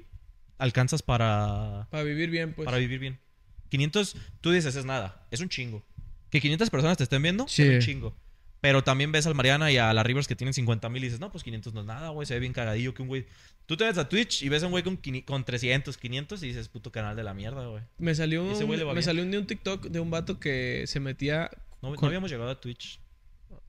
alcanzas para
Para vivir bien, pues.
para vivir bien. 500, tú dices, es nada, es un chingo. Que 500 personas te estén viendo,
Sí.
es un chingo. Pero también ves al Mariana y a la Rivers que tienen 50 mil y dices, no, pues 500 no es nada, güey, se ve bien cagadillo que un güey. Tú te ves a Twitch y ves a un güey con, quini- con 300, 500 y dices, puto canal de la mierda, güey.
Me salió
Ese
un,
güey le va
me
bien.
salió un día un TikTok de un vato que se metía
No, no
Con-
habíamos llegado a Twitch.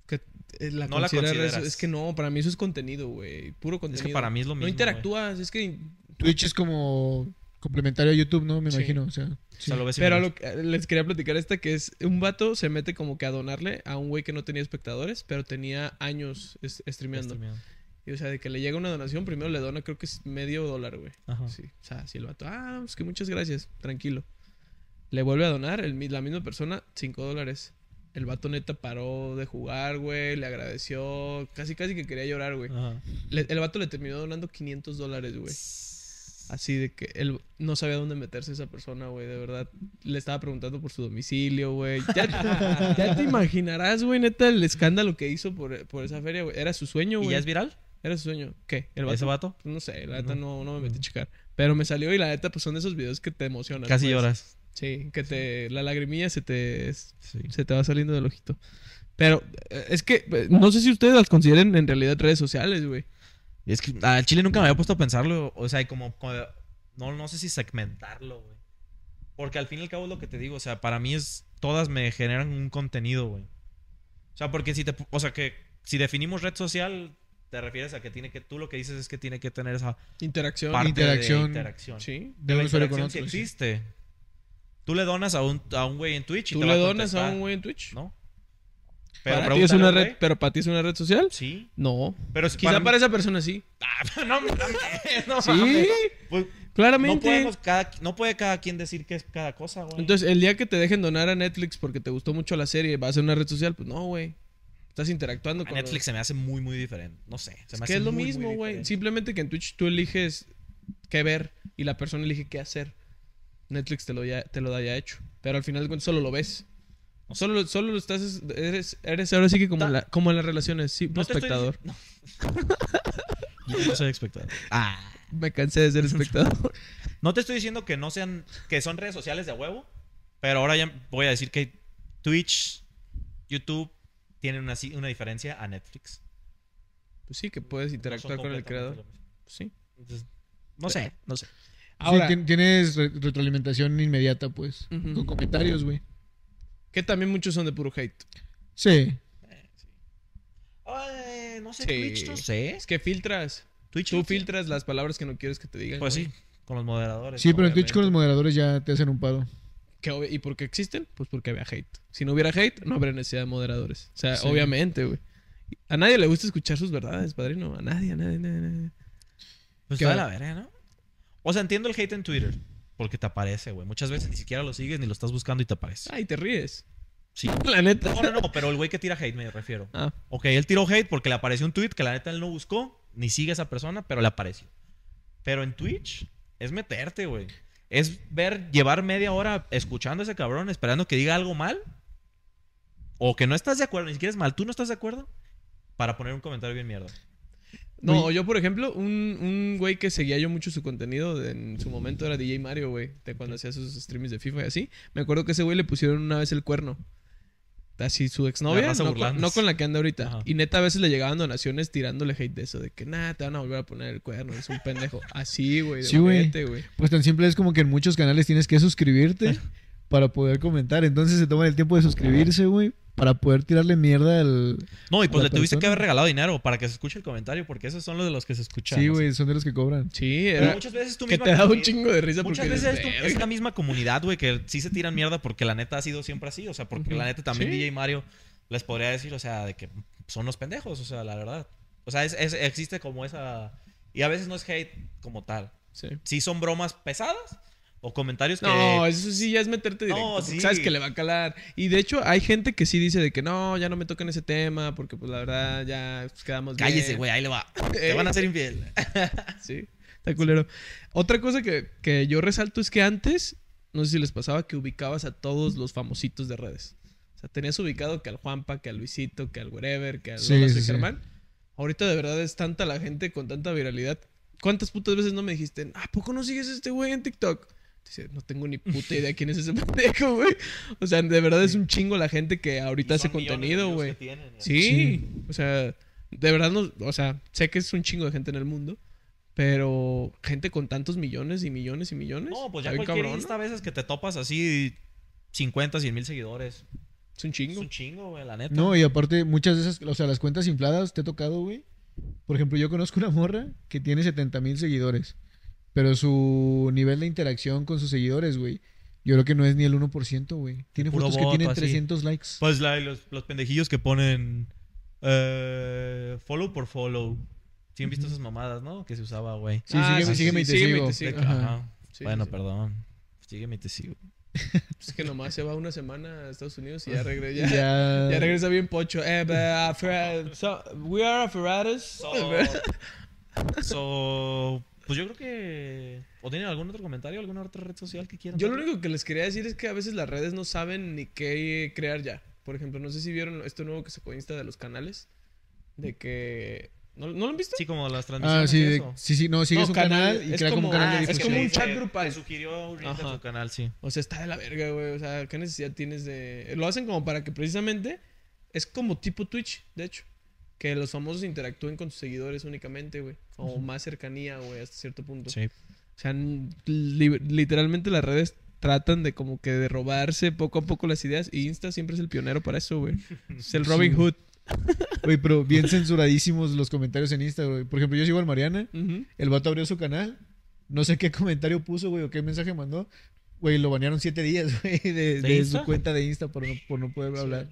que eh, la
No la
considera res-
consideras.
es que no, para mí eso es contenido, güey, puro contenido.
para mí es lo mismo,
No interactúas, es que
Twitch es como complementario a YouTube, ¿no? Me
Sí.
imagino. O sea,
O sea, lo ves y
Pero a
lo-
lo que- eh, les quería platicar esta que es un vato se mete como que a donarle a un güey que no tenía espectadores, pero tenía años es- streameando.
streameando.
Y o sea, de que le llega una donación, primero le dona creo que es medio dólar, güey.
Ajá.
Sí, o sea, si el vato, ah, pues que muchas gracias, tranquilo. Le vuelve a donar el mi- la misma persona 5 dólares. El vato neta paró de jugar, güey, le agradeció, casi casi que quería llorar, güey.
Ajá.
Le- el vato le terminó donando 500 dólares, güey. Así de que él no sabía dónde meterse esa persona, güey. De verdad, le estaba preguntando por su domicilio, güey. Ya, ya te imaginarás, güey, neta, el escándalo que hizo por, por esa feria, güey. Era su sueño,
¿Y
güey.
ya es viral?
Era su sueño. ¿Qué? ¿El vato?
¿Ese vato?
No sé, la neta no, no me metí a checar. Pero me salió y la neta, pues son de esos videos que te emocionan.
Casi
pues.
lloras.
Sí, que te. La lagrimilla se te.
Sí.
Se te va saliendo del ojito. Pero eh, es que eh, no sé si ustedes las consideren en realidad redes sociales, güey.
Es que al Chile nunca me había puesto a pensarlo. O sea, y como. como- No, no sé si segmentarlo, güey. Porque al fin y al cabo es lo que te digo. O sea, para mí es. Todas me generan un contenido, güey. O sea, porque si te. pu- O sea, que si definimos red social, te refieres a que tiene que. Tú lo que dices es que tiene que tener esa
Interacción.
parte de
interacción.
interacción.
Sí.
de
la
un usuario con
interacción sí
otro, sí.
existe. Tú le donas a un, a un güey en Twitch y
Tú
te
le
va
donas a
contestar,
un güey en Twitch.
¿No? Pero
para ti es una
pregúntale,
red,
güey.
pero para ti es una red social.
Sí.
No.
Pero si
Quizá para,
para mí-
esa persona sí.
Ah, no, no, no
Sí,
mames. Pues, no,
claramente.
podemos cada, no puede cada quien decir qué es cada cosa, güey.
Entonces, el día que te dejen donar a Netflix porque te gustó mucho la serie, vas a una red social, pues no, güey. Estás interactuando
A
con
Netflix se me hace muy, muy diferente. No sé. Se
Es
me
que
hace
es lo
muy, muy
mismo, güey.
diferente.
Simplemente que en Twitch tú eliges qué ver y la persona elige qué hacer. Netflix te lo, ya- te lo da ya hecho. Pero al final de cuentas solo lo ves. Solo, solo lo estás. es- Eres, eres ahora sí que como,
Ta-
la- como en las relaciones, sí,
No te estoy
espectador.
Yo no soy espectador. Ah.
Me cansé de ser espectador.
No te estoy diciendo que no sean, que son redes sociales de a huevo, pero ahora ya voy a decir que Twitch, YouTube tienen una, si- una diferencia a Netflix.
pues sí, que puedes
No son
interactuar con el
completamente
creador.
lo mismo.
Sí.
Entonces, no sé, no sé.
Ahora-
tien- tienes re- retroalimentación inmediata, pues.
Ujú.
Con comentarios, güey.
Que también muchos son de puro hate.
Sí.
Eh, sí. Ay, no sé,
Sí.
Twitch, no sé.
Es que filtras.
Twitch,
Tú
no sé.
filtras las palabras que no quieres que te digan.
Pues
güey.
sí, con los moderadores.
Sí, pero en Twitch con los
obviamente.
moderadores ya te hacen un paro.
Que obvi- ¿Y por qué existen? Pues porque había hate. Si no hubiera hate, no habría necesidad de moderadores. O sea,
Sí.
obviamente, güey. A nadie le gusta escuchar sus verdades, padrino. A nadie, a nadie, a nadie. a nadie.
Pues
¿Qué
está de
va?
la verga, ¿no? O sea, entiendo el hate en Twitter. Porque te aparece, güey. Muchas veces ni siquiera lo sigues ni lo estás buscando y te aparece.
Ay, te ríes.
Sí.
La neta.
No, no, no, pero el güey que tira hate me refiero.
Ah,
Ok, él tiró hate porque le apareció un tweet que la neta él no buscó, ni sigue a esa persona, pero le apareció. Pero en Twitch es meterte, güey. Es ver, llevar media hora escuchando a ese cabrón, esperando que diga algo mal. O que no estás de acuerdo, ni siquiera es mal. ¿Tú no estás de acuerdo? Para poner un comentario bien mierda.
no,
Güey.
yo, por ejemplo, un, un güey que seguía yo mucho su contenido de- en su momento era DJ Mario, güey. De cuando hacía sus streams de FIFA y así. Me acuerdo que ese güey le pusieron una vez el cuerno. Así su
La
exnovia,
raza
no con,
burlándose.
no con la que anda ahorita.
Ajá.
Y neta, a veces le llegaban donaciones tirándole hate de eso, de que nada, te van a volver a poner el cuerno, es un pendejo. Así, güey, de
Sí, güey.
ojete, güey.
Pues tan simple es como que en muchos canales tienes que suscribirte para poder comentar. Entonces se toman el tiempo de suscribirse, güey, para poder tirarle mierda al...
No, y pues
La
le tuviste que
persona.
haber regalado dinero para que se escuche el comentario, porque esos son los de los que se escuchan.
Sí,
¿no?
güey, son de los que cobran.
Sí,
Pero
era
muchas veces tú
que
mismo.
te da un chingo de risa
Muchas
porque
veces es,
dices,
tu-
"Verga".
es la misma comunidad, güey, que sí se tiran mierda porque la neta ha sido siempre así. O sea, porque
Ujú.
la neta también
Sí.
DJ Mario les podría decir, o sea, de que son los pendejos, o sea, la verdad. O sea, es- es- existe como esa... Y a veces no es hate como tal.
Sí.
Sí son bromas pesadas o comentarios que...
No, eso sí ya es meterte
No,
directo. porque
sí.
Sabes que le va a calar. Y de hecho, hay gente que sí dice de que no, ya no me toquen ese tema, porque pues la verdad ya pues, quedamos bien".
Cállese, güey, ahí le va. Te van a hacer infiel.
Sí, está culero. Otra cosa que, que yo resalto es que antes, no sé si les pasaba, que ubicabas a todos los famositos de redes. O sea, tenías ubicado que al Juanpa, que al Luisito, que al Wherever, que al
Sí,
Lola
sí,
Soy
sí.
Germán. Ahorita de verdad es tanta la gente con tanta viralidad. ¿Cuántas putas veces no me dijiste, ¿a poco no sigues a este güey en TikTok? Dice, no tengo ni puta idea quién es ese pendejo, güey. O sea, de verdad es un chingo la gente que ahorita hace contenido, güey. Sí,
Sí.
o sea, de verdad no, o sea, sé que es un chingo de gente en el mundo, pero gente con tantos millones y millones y millones.
No, pues
está
ya
bien
cualquier
cabrón,
insta a veces que te topas así 50, 100 mil seguidores.
¿no? Es un
Es
chingo.
un chingo, güey, la neta.
No, y aparte, muchas de esas, o sea, las cuentas infladas, te ha tocado, güey. Por ejemplo, yo conozco una morra que tiene 70 mil seguidores, pero su nivel de interacción con sus seguidores, güey, yo creo que no es ni el 1%, güey. Tiene
Puro
fotos que
voto,
tienen
así.
300 likes.
Pues la- los, los pendejillos que ponen eh, follow por follow. Sí han visto esas mamadas, ¿no? Que se usaba, güey.
Sí,
Ah,
sígueme,
sí,
sígueme y
sí,
te
sígueme y
sigo.
te sigo.
De que,
Ajá.
ajá.
Sí,
bueno,
sí, sí.
perdón. Sígueme y te sigo.
Es que nomás se va una semana a Estados Unidos y ya
Y
regresa. Ya,
Ya,
ya regresa bien pocho. Eh, but, uh, Fer- so- we are apparatus.
So, so, pues yo creo que... ¿O tienen algún otro comentario? ¿Alguna otra red social que quieran?
Yo lo
darle?
único que les quería decir es que a veces las redes no saben ni qué crear ya. Por ejemplo, no sé si vieron esto nuevo que sacó Insta de los canales. De que... ¿No, ¿no lo han visto?
Sí, como las transmisiones
Ah, sí,
y
de-
eso.
sí, sí, no, sigues
No,
un canal,
canal,
y
es
crea como,
como-
un canal
ah,
de
es
discusión.
como un
Sí,
chat
te-
grupal.
te sugirió ahorita
Ajá.
tu canal, sí.
O sea, está de la verga, güey. O sea, ¿qué necesidad tienes de...? Lo hacen como para que precisamente... Es como tipo Twitch, de hecho. Que los famosos interactúen con sus seguidores únicamente, güey. O más cercanía, güey, hasta cierto punto.
Sí.
O sea, n- li- literalmente las redes tratan de como que de robarse poco a poco las ideas. Y Insta siempre es el pionero para eso, güey. Es el Robin
Sí, güey.
Hood.
Güey, pero bien censuradísimos los comentarios en Instagram. güey. Por ejemplo, yo sigo al Mariana,
Ujú.
el vato abrió su canal, no sé qué comentario puso, güey, o qué mensaje mandó. Güey, lo banearon siete días, güey, de, de
Insta?
su cuenta de Insta por no, por no poder hablar.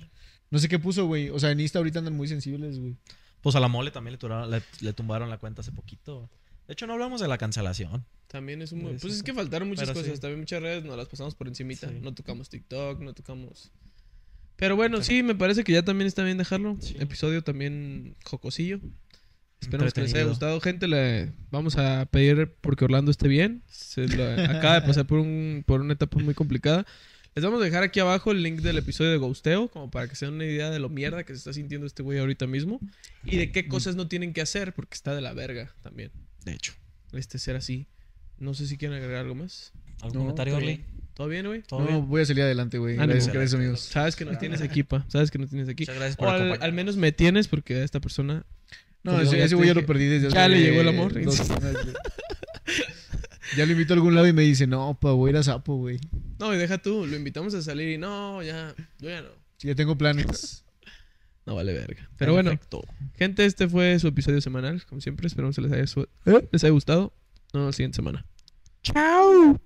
No sé qué puso, güey. O sea, en Insta ahorita andan muy sensibles, güey.
Pues a la mole también le, turaron- le- le tumbaron la cuenta hace poquito. De hecho, no hablamos de la cancelación.
También es un
Pues
buen- Pues
sí,
es que faltaron muchas
pero
cosas.
sí.
También muchas redes nos las pasamos por encimita.
Sí.
No tocamos TikTok, no tocamos. Pero bueno, sí, me parece que ya también está bien dejarlo.
Sí.
Episodio también jocosillo. Esperemos que les haya
Entretenido.
gustado, gente. Le vamos a pedir porque Orlando esté bien. Se lo- acaba de pasar por, un, por una etapa muy complicada. Les vamos a dejar aquí abajo el link del episodio de Ghosteo, como para que se den una idea de lo mierda que se está sintiendo este güey ahorita mismo y de
Mm.
qué cosas no tienen que hacer, porque está de la verga también
De hecho.
este ser así. No sé si quieren agregar algo más.
¿Algún
No,
comentario,
está
Orly?
¿Todo bien, güey?
¿Todo
no,
bien?
voy a salir adelante, güey.
Ánimo.
Gracias, gracias, amigos.
Sabes que no tienes aquí, pa. Sabes que no tienes aquí.
Muchas gracias
O
por
al,
acompañarnos.
al menos me tienes porque a esta persona.
No,
Como
ese,
ya
ese
te
güey ya lo
dije,
perdí desde
ya
hace
le llegó el amor.
dos semanas, güey. ya lo invito a algún lado y me dice, no, pa, voy a ir a Sapo, güey.
No, y deja tú, lo invitamos a salir y no, ya, yo ya no.
Sí, ya tengo planes.
No vale verga. Pero bueno, gente, este fue su episodio ¿Eh? semanal, como siempre. Esperamos que les haya, su- les haya gustado. Nos vemos la siguiente semana.
Chao.